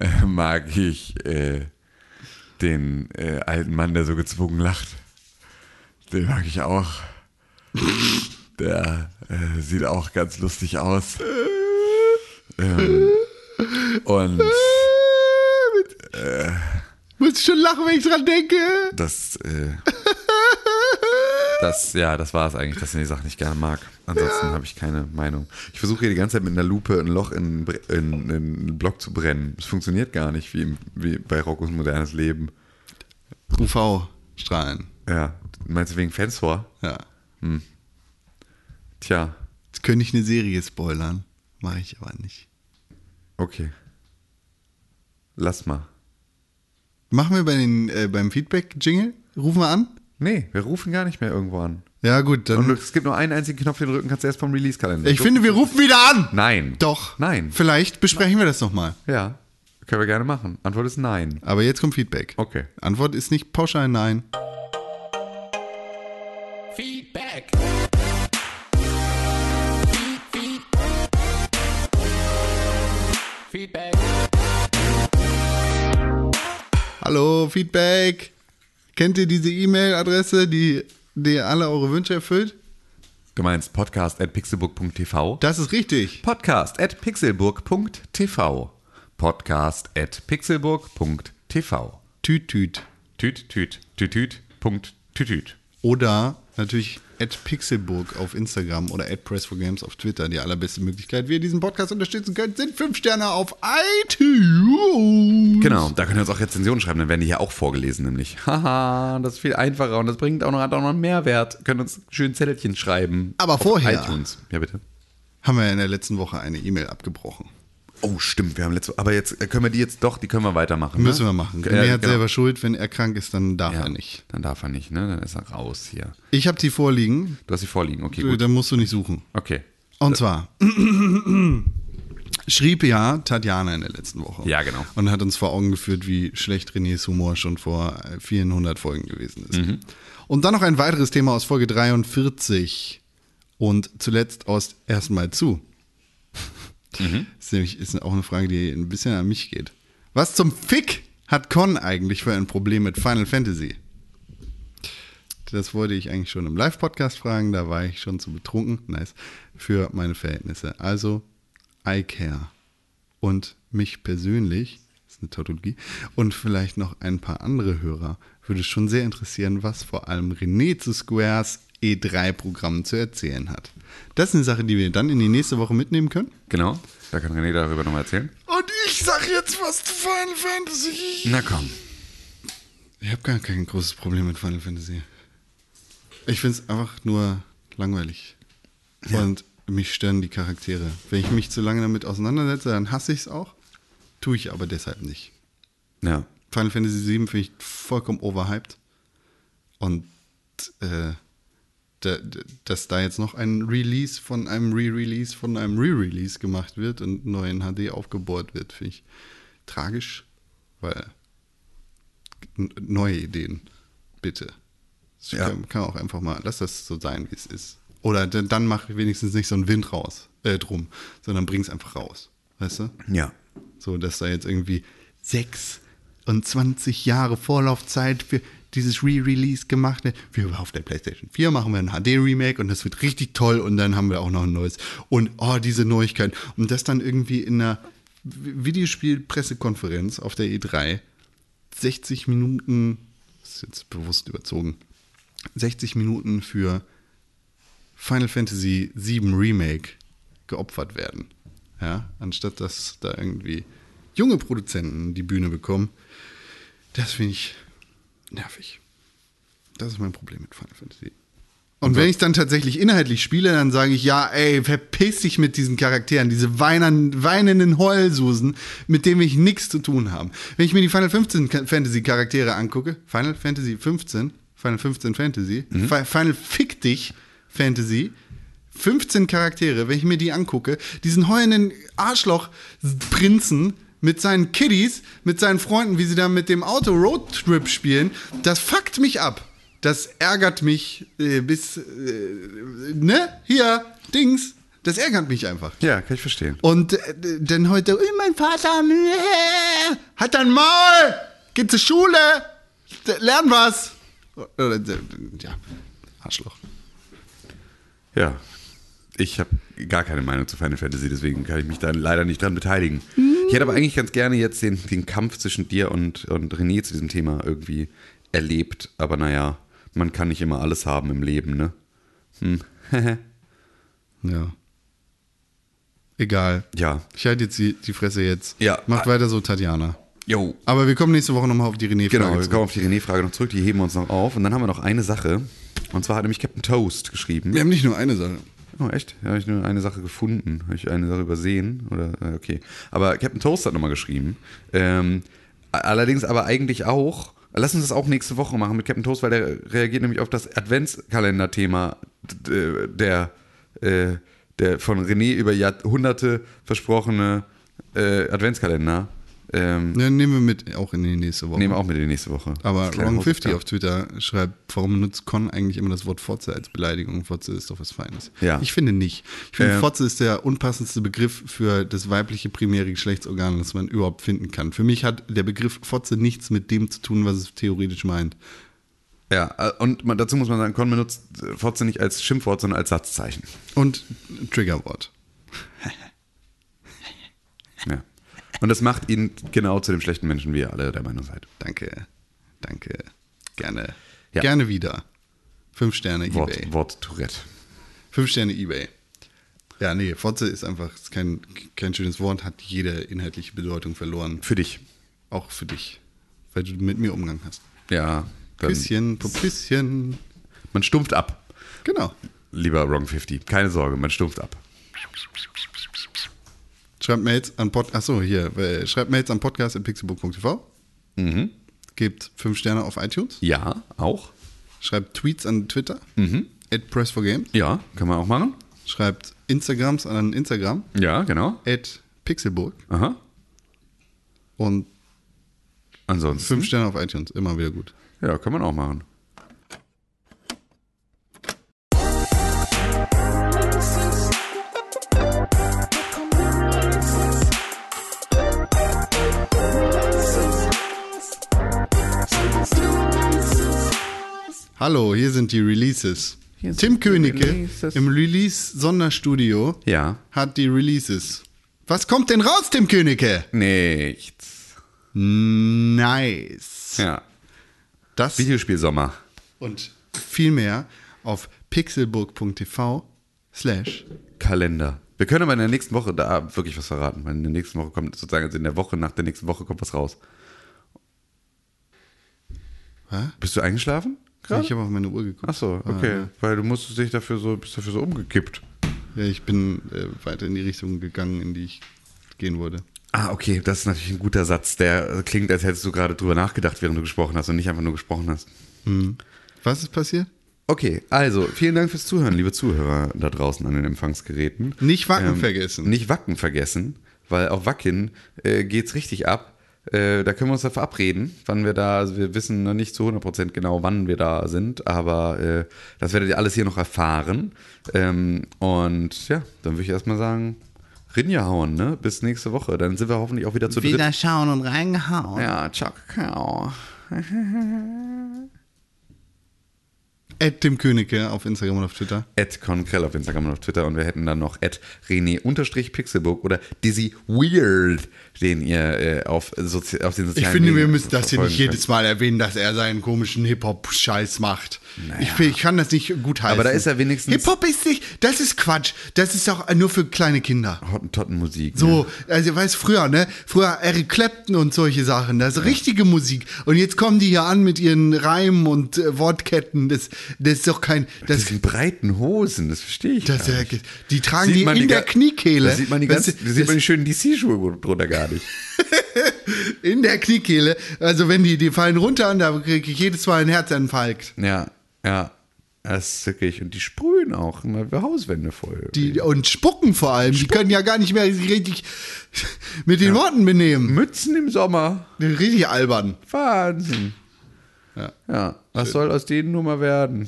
äh, mag ich äh, den äh, alten Mann, der so gezwungen lacht. Den mag ich auch. Der äh, sieht auch ganz lustig aus. Ähm, und Äh. Muss ich schon lachen, wenn ich dran denke. das, äh, das, ja, das war es eigentlich, dass ich die Sache nicht gerne mag. Ansonsten habe ich keine Meinung. Ich versuche hier die ganze Zeit mit einer Lupe ein Loch in, Bre- in, in einen Block zu brennen. Es funktioniert gar nicht, wie, im, wie bei Rockos modernes Leben. UV-Strahlen. Ja, meinst du wegen Fansor? Ja. Tja, Jetzt könnte ich eine Serie spoilern. Mache ich aber nicht. okay. Lass mal. Machen wir bei den, äh, beim Feedback-Jingle? Rufen wir an? Nee, wir rufen gar nicht mehr irgendwo an. Ja, gut, Und dann. es gibt nur einen einzigen Knopf, den du drücken kannst, der ist vom Release-Kalender. Hm. Ich Du- finde, wir rufen wieder an! Nein. Doch. Nein. Vielleicht besprechen wir das nochmal. Ja, können wir gerne machen. Antwort ist nein. Aber jetzt kommt Feedback. Okay. Antwort ist nicht pauschal nein. Feedback. Feedback. Hallo, Feedback. Kennt ihr diese E-Mail-Adresse, die, die alle eure Wünsche erfüllt? Du meinst podcast at pixelburg.tv? Das ist richtig. Podcast at pixelburg.tv. Podcast at pixelburg.tv. Tüt, tüt. Tüt, tüt, tüt, tüt, Punkt, tüt, tüt. Oder natürlich at pixelburg auf Instagram oder at press4games auf Twitter. Die allerbeste Möglichkeit, wie ihr diesen Podcast unterstützen könnt, sind 5 Sterne auf iTunes. Genau, da können wir uns auch Rezensionen schreiben, dann werden die hier auch vorgelesen, nämlich. Haha, das ist viel einfacher und das bringt auch noch, hat auch noch einen Mehrwert. Können uns schön Zettelchen schreiben. Aber Auf vorher- iTunes. Ja, bitte. Haben wir in der letzten Woche eine E-Mail abgebrochen. Oh, stimmt, wir haben letzte. Aber jetzt äh, können wir die jetzt doch, die können wir weitermachen. ne? Müssen wir machen. Ja, er hat genau. selber Schuld, wenn er krank ist, dann darf ja, er nicht. Dann darf er nicht, ne? Dann ist er raus hier. Ich habe die vorliegen, Du hast sie vorliegen, okay, gut. dann musst du nicht suchen. Okay. Und zwar schrieb ja Tatjana in der letzten Woche. Ja, genau. Und hat uns vor Augen geführt, wie schlecht Renés Humor schon vor vielen hundert Folgen gewesen ist. Mhm. Und dann noch ein weiteres Thema aus Folge 43 und zuletzt aus Erstmal zu. Mhm. Das ist nämlich ist auch eine Frage, die ein bisschen an mich geht. Was zum Fick hat Con eigentlich für ein Problem mit Final Fantasy? Das wollte ich eigentlich schon im Live-Podcast fragen, da war ich schon zu betrunken. Nice. Für meine Verhältnisse. Also, I care. Und mich persönlich, das ist eine Tautologie, und vielleicht noch ein paar andere Hörer, würde schon sehr interessieren, was vor allem René zu Squares E3-Programm zu erzählen hat. Das ist eine Sache, die wir dann in die nächste Woche mitnehmen können. Genau. Da kann René darüber nochmal erzählen. Und ich sag jetzt was zu Final Fantasy. Na komm. Ich habe gar kein großes Problem mit Final Fantasy. Ich find's einfach nur langweilig. Und mich stören die Charaktere. Wenn ich mich zu lange damit auseinandersetze, dann hasse ich's auch. Tue ich aber deshalb nicht. Ja. Final Fantasy VII finde ich vollkommen overhyped. Und äh, da, da, dass da jetzt noch ein Release von einem Re-Release von einem Re-Release gemacht wird und neu in HD aufgebohrt wird, finde ich tragisch, weil n- neue Ideen, bitte. Das Ja. kann, kann auch einfach mal, lass das so sein, wie es ist. Oder d- dann mach wenigstens nicht so einen Wind raus, äh, drum, sondern bring's einfach raus. Weißt du? Ja. So, dass da jetzt irgendwie 6 und 20 Jahre Vorlaufzeit für dieses Re-Release gemacht wird. Wir auf der PlayStation 4 machen wir ein HD-Remake und das wird richtig toll und dann haben wir auch noch ein neues. Und oh, diese Neuigkeit. Und das dann irgendwie in einer Vi- Videospiel-Pressekonferenz auf der E3 60 Minuten, das ist jetzt bewusst überzogen, 60 Minuten für Final Fantasy VII Remake geopfert werden. Ja, anstatt dass da irgendwie junge Produzenten die Bühne bekommen. Das finde ich nervig. Das ist mein Problem mit Final Fantasy. Und wenn ich dann tatsächlich inhaltlich spiele, dann sage ich, ja, ey, verpiss dich mit diesen Charakteren, diese weinern, weinenden Heulsusen, mit denen ich nichts zu tun habe. Wenn ich mir die Final 15 Ka- Fantasy Charaktere angucke, Final Fantasy 15, Final 15 Fantasy, Fi- Final Fick dich Fantasy, 15 Charaktere, wenn ich mir die angucke, diesen heulenden Arschloch-Prinzen, mit seinen Kiddies, mit seinen Freunden, wie sie da mit dem Auto Roadtrip spielen, das fuckt mich ab. Das ärgert mich äh, bis, äh, ne? Hier, Dings. Das ärgert mich einfach. Ja, kann ich verstehen. Und äh, dann heute, "Ui, mein Vater äh, hat ein Maul, geht zur Schule, d- lern was. Oder, äh, Ja, Arschloch. Ja. Ich habe gar keine Meinung zu Final Fantasy, deswegen kann ich mich da leider nicht dran beteiligen. Ich hätte aber eigentlich ganz gerne jetzt den, den Kampf zwischen dir und, und René zu diesem Thema irgendwie erlebt. Aber naja, man kann nicht immer alles haben im Leben, ne? Ja. Egal. Ja. Ich halte jetzt die, die Fresse jetzt. Ja. Macht weiter so, Tatjana. Yo. Aber wir kommen nächste Woche nochmal auf die René-Frage Genau, wir zurück. kommen auf die René-Frage noch zurück, die heben wir uns noch auf. Und dann haben wir noch eine Sache. Und zwar hat nämlich Captain Toast geschrieben. Wir haben nicht nur eine Sache. Oh, echt? Da habe ich nur eine Sache gefunden. Habe ich eine Sache übersehen? Oder, äh, okay. Aber Captain Toast hat nochmal geschrieben. Ähm, a- allerdings aber eigentlich auch, lass uns das auch nächste Woche machen mit Captain Toast, weil der reagiert nämlich auf das Adventskalender-Thema d- d- der, äh, der von René über Jahrhunderte versprochene äh, Adventskalender. Ähm, Ja, Ne, nehmen wir mit, auch in die nächste Woche. Nehmen wir auch mit in die nächste Woche. Aber Kleiner Wrong50 Hausaufgabe. auf Twitter schreibt, warum nutzt Con eigentlich immer das Wort Fotze als Beleidigung? Fotze ist doch was Feines. Ja. Ich finde nicht. Ich finde, Ähm. Fotze ist der unpassendste Begriff für das weibliche primäre Geschlechtsorgan, das man überhaupt finden kann. Für mich hat der Begriff Fotze nichts mit dem zu tun, was es theoretisch meint. Ja, äh, und man, dazu muss man sagen, Con benutzt äh, Fotze nicht als Schimpfwort, sondern als Satzzeichen. Und Triggerwort. Ja. Und das macht ihn genau zu dem schlechten Menschen, wie ihr alle der Meinung seid. Danke. Danke. Gerne. Ja. Gerne wieder. Fünf Sterne eBay. Wort, Wort Tourette. Fünf Sterne eBay. Ja, nee, Fotze ist einfach ist kein, kein schönes Wort, hat jede inhaltliche Bedeutung verloren. Für dich. Auch für dich, weil du mit mir Umgang hast. Ja. Dann, Küsschen, Popüsschen. Man stumpft ab, Genau. lieber Wrong 50. Keine Sorge, man stumpft ab. Schreibt Mails an Pod Achso, hier. Äh, schreibt Mails an Podcast in pixelbook.tv. Mhm. Gebt fünf Sterne auf iTunes. Ja, auch. Schreibt Tweets an Twitter. Mhm. At Press4Games. Ja, kann man auch machen. Schreibt Instagrams an Instagram. Ja, genau. At Pixelburg. Aha. Und Ansonsten. fünf Sterne auf iTunes. Immer wieder gut. Ja, kann man auch machen. Hallo, hier sind die Releases. Tim Königke im Release-Sonderstudio Ja. hat die Releases. Was kommt denn raus, Tim Königke? Nichts. Nice. Ja. Das Videospielsommer. und viel mehr auf pixelburg.tv slash Kalender. Wir können aber in der nächsten Woche da wirklich was verraten, weil in der nächsten Woche kommt sozusagen also in der Woche nach der nächsten Woche kommt was raus. Hä? Bist du eingeschlafen? Ich habe auf meine Uhr geguckt. Ah, Ach so, okay, weil du musstest dich dafür so bist dafür so umgekippt. Ja, ich bin äh, weiter in die Richtung gegangen, in die ich gehen wollte. Ah, okay, das ist natürlich ein guter Satz, der klingt, als hättest du gerade drüber nachgedacht, während du gesprochen hast und nicht einfach nur gesprochen hast. Was ist passiert? Okay, also vielen Dank fürs Zuhören, liebe Zuhörer da draußen an den Empfangsgeräten. Ähm, Nicht Wacken vergessen. Nicht Wacken vergessen, weil auf Wacken äh, geht's richtig ab. Äh, da können wir uns da verabreden, wann wir da, also wir wissen noch nicht zu 100% genau, wann wir da sind, aber äh, das werdet ihr alles hier noch erfahren. Ähm, und ja, dann würde ich erstmal sagen, Rinja hauen, ne? Bis nächste Woche. Dann sind wir hoffentlich auch wieder zu dritt. schauen und reingehauen. Ja, ciao, Kakao. At Tim Königke auf Instagram und auf Twitter. at Conkrell auf Instagram und auf Twitter und wir hätten dann noch at René-Pixelburg oder Dizzy Weird, den ihr äh, auf, Sozi auf den sozialen Ich finde, wir Medien müssen das hier verfolgen nicht jedes Mal erwähnen, dass er seinen komischen Hip-Hop-Scheiß macht. Ich, ich kann das nicht gut heißen. Aber da ist er wenigstens- Hip-Hop ist nicht. Das ist Quatsch. Das ist doch nur für kleine Kinder. könnt. Hottentottenmusik. So, also weißt früher, ne? Früher Eric Clapton und solche Sachen, das ist richtige Musik. Und jetzt kommen die hier an mit ihren Reimen und äh, Wortketten. Das, das ist doch kein. Das, Das sind breiten Hosen, das verstehe ich. das, gar äh, nicht. die tragen Sieht die man in die der ga- Kniekehle. Da sieht man die, Weißt ganz, du, da sieht man die schönen DC-Schuhe drunter gar nicht. in der Kniekehle. Also wenn die, die fallen runter und da kriege ich jedes Mal einen Herzinfarkt. Ja, ja. Das ist wirklich, und die sprühen auch immer Hauswände voll. Die, und spucken vor allem. Die können ja gar nicht mehr sich richtig mit den Worten benehmen. Mützen im Sommer. Richtig albern. Wahnsinn. Ja. Ja, was soll aus denen nur mal werden?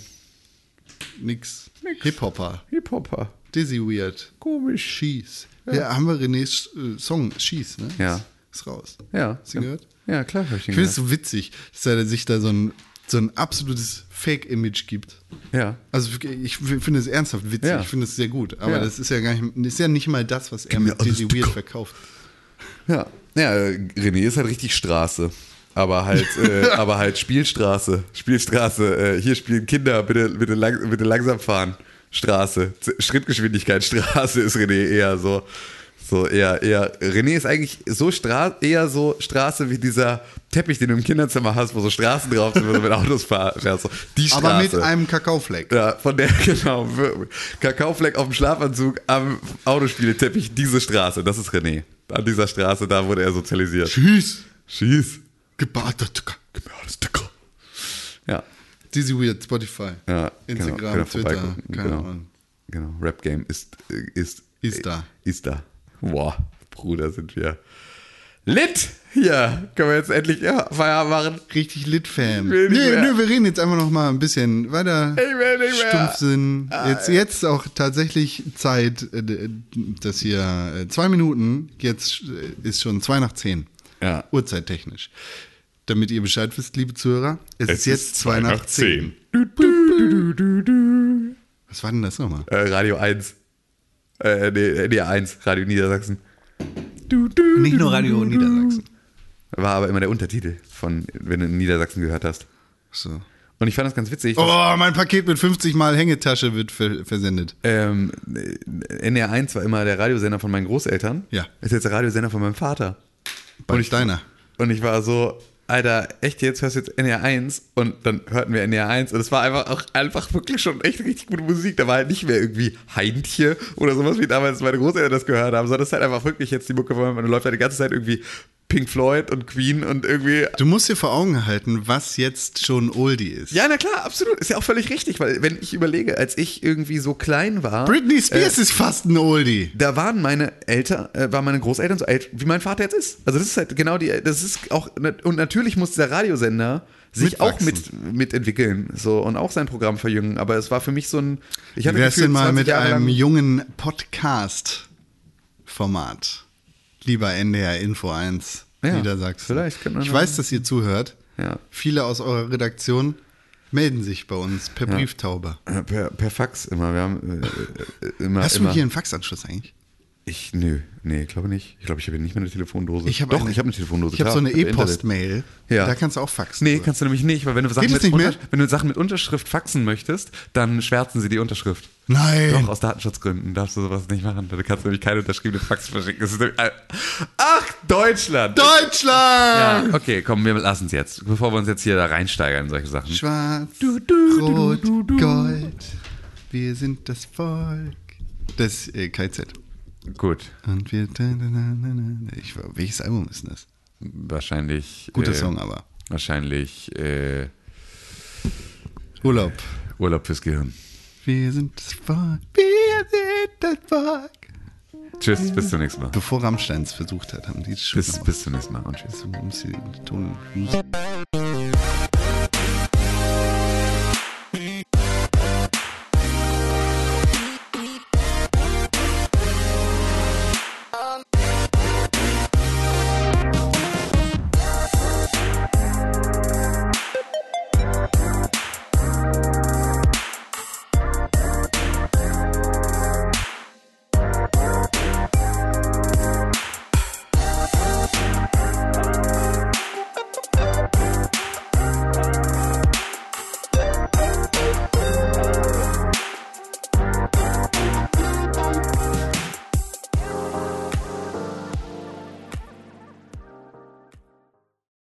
Nix. Hip-Hopper. Hip-Hopper. Dizzy Weird. Komisch. Schieß. Ja. haben wir Renés äh, Song Schieß, ne? Ja. Ist, ist raus. Ja. Hast du gehört? Ja, klar hab ich den Ich finde es so witzig, dass er sich da so ein, so ein absolutes Fake-Image gibt. Ja. Also ich finde es ernsthaft witzig, Ja. ich finde es sehr gut, aber Ja. das ist ja gar nicht, ist ja nicht mal das, was er mit alles, Dizzy Weird verkauft. Ja. Ja, äh, René ist halt richtig Straße. Aber halt, äh, aber halt Spielstraße. Spielstraße. Äh, hier spielen Kinder, bitte, bitte, lang, bitte langsam fahren. Straße. Z Schrittgeschwindigkeit Straße ist René eher so. So, eher, eher. René ist eigentlich so Stra eher so Straße wie dieser Teppich, den du im Kinderzimmer hast, wo so Straßen drauf sind, wo du mit Autos fahr- fährst. So, die Straße. Aber mit einem Kakaofleck. Ja, von der, genau. wir- Kakaofleck auf dem Schlafanzug am Autospielteppich, diese Straße, das ist René. An dieser Straße, da wurde er sozialisiert. Schieß! Schieß. Gebartet. Gib mir alles dicker. Ja. Dizzy Weird, Spotify, ja genau, Instagram, könnt ihr Twitter, vorbeigucken, keine Ahnung. Genau, Rap Game ist, äh, ist, Ist da. äh, Ist da. Boah, Bruder, sind wir lit. Hier, können wir jetzt endlich ja, Feierabend machen. Richtig Lit-Fam. Nee, will nicht mehr. nee, wir reden jetzt einfach noch mal ein bisschen weiter. Ich will nicht mehr. Ah, Stumpfsinn. Jetzt, jetzt auch tatsächlich Zeit, äh, d- dass hier äh, zwei Minuten, jetzt äh, ist schon zwei nach zehn. Ja. Uhrzeittechnisch. Damit ihr Bescheid wisst, liebe Zuhörer, es, ist jetzt zwei nach zehn. Was war denn das nochmal? Äh, Radio 1. Äh, nee, nee, 1, Radio Niedersachsen. Du, du, Nicht nur du, Radio du, du. Niedersachsen. War aber immer der Untertitel von, wenn du Niedersachsen gehört hast. So. Und ich fand das ganz witzig. dass, Oh, mein Paket mit 50 Mal Hängetasche wird ver versendet. Ähm, NR 1 war immer der Radiosender von meinen Großeltern. Ja. Ist jetzt der Radiosender von meinem Vater. Bei Steiner. Und ich war so, Alter, echt jetzt hörst du jetzt NR 1 und dann hörten wir NR 1 und es war einfach auch einfach wirklich schon echt richtig gute Musik. Da war halt nicht mehr irgendwie Heintje oder sowas, wie damals meine Großeltern das gehört haben, sondern es ist halt einfach wirklich jetzt die Mucke von man läuft halt die ganze Zeit irgendwie Pink Floyd und Queen und irgendwie. Du musst dir vor Augen halten, was jetzt schon Oldie ist. Ja, na klar, absolut. Ist ja auch völlig richtig, weil wenn ich überlege, als ich irgendwie so klein war. Britney Äh. Spears ist fast ein Oldie. da waren meine Eltern, äh, waren meine Großeltern so alt, wie mein Vater jetzt ist. Also das ist halt genau die, das ist auch, und natürlich muss dieser Radiosender sich auch mit, Mitwachsen. mitentwickeln so, und auch sein Programm verjüngen. Aber es war für mich so ein, ich Wie habe wär's Gefühl, denn mal 20 mit Jahre einem lang, jungen Podcast-Format? Lieber NDR Info 1 Ja, Niedersachsen. vielleicht könnte man ich da- weiß, dass ihr zuhört. Ja. Viele aus eurer Redaktion melden sich bei uns per Brieftaube. äh, per, per Fax immer, wir haben äh, äh, immer, Hast immer. du hier einen Faxanschluss eigentlich? ich, nö, nee, glaube nicht. Ich glaube, ich habe nicht mehr eine Telefondose. hab Doch, ich habe eine Telefondose. Ich habe klar, so eine mit Internet. E-Post-Mail. Ja. Da kannst du auch faxen. Nee, kannst du nämlich nicht, weil wenn du, Sachen Geht es mit, nicht mehr? Unter- wenn du Sachen mit Unterschrift faxen möchtest, dann schwärzen sie die Unterschrift. Nein. Doch, aus Datenschutzgründen darfst du sowas nicht machen. Du kannst nämlich keine unterschriebene Fax verschicken. Das ist nämlich ein- Ach, Deutschland! Deutschland! ja, okay, komm, wir lassen es jetzt, bevor wir uns jetzt hier da reinsteigern in solche Sachen. Schwarz, Du, du, du, Rot, du, du. Gold. Wir sind das Volk. Das äh, KZ. Gut, Und wir. da, da, da, da, da. Ich, welches Album ist denn das? wahrscheinlich. Guter äh, Song, aber. Wahrscheinlich äh, Urlaub. Urlaub fürs Gehirn. Wir sind das Volk. Wir sind das Volk. Tschüss, bis zum nächsten Mal. Bevor Rammstein es versucht hat, haben die es schon. Bis, bis zum nächsten Mal und tschüss. bis, bis,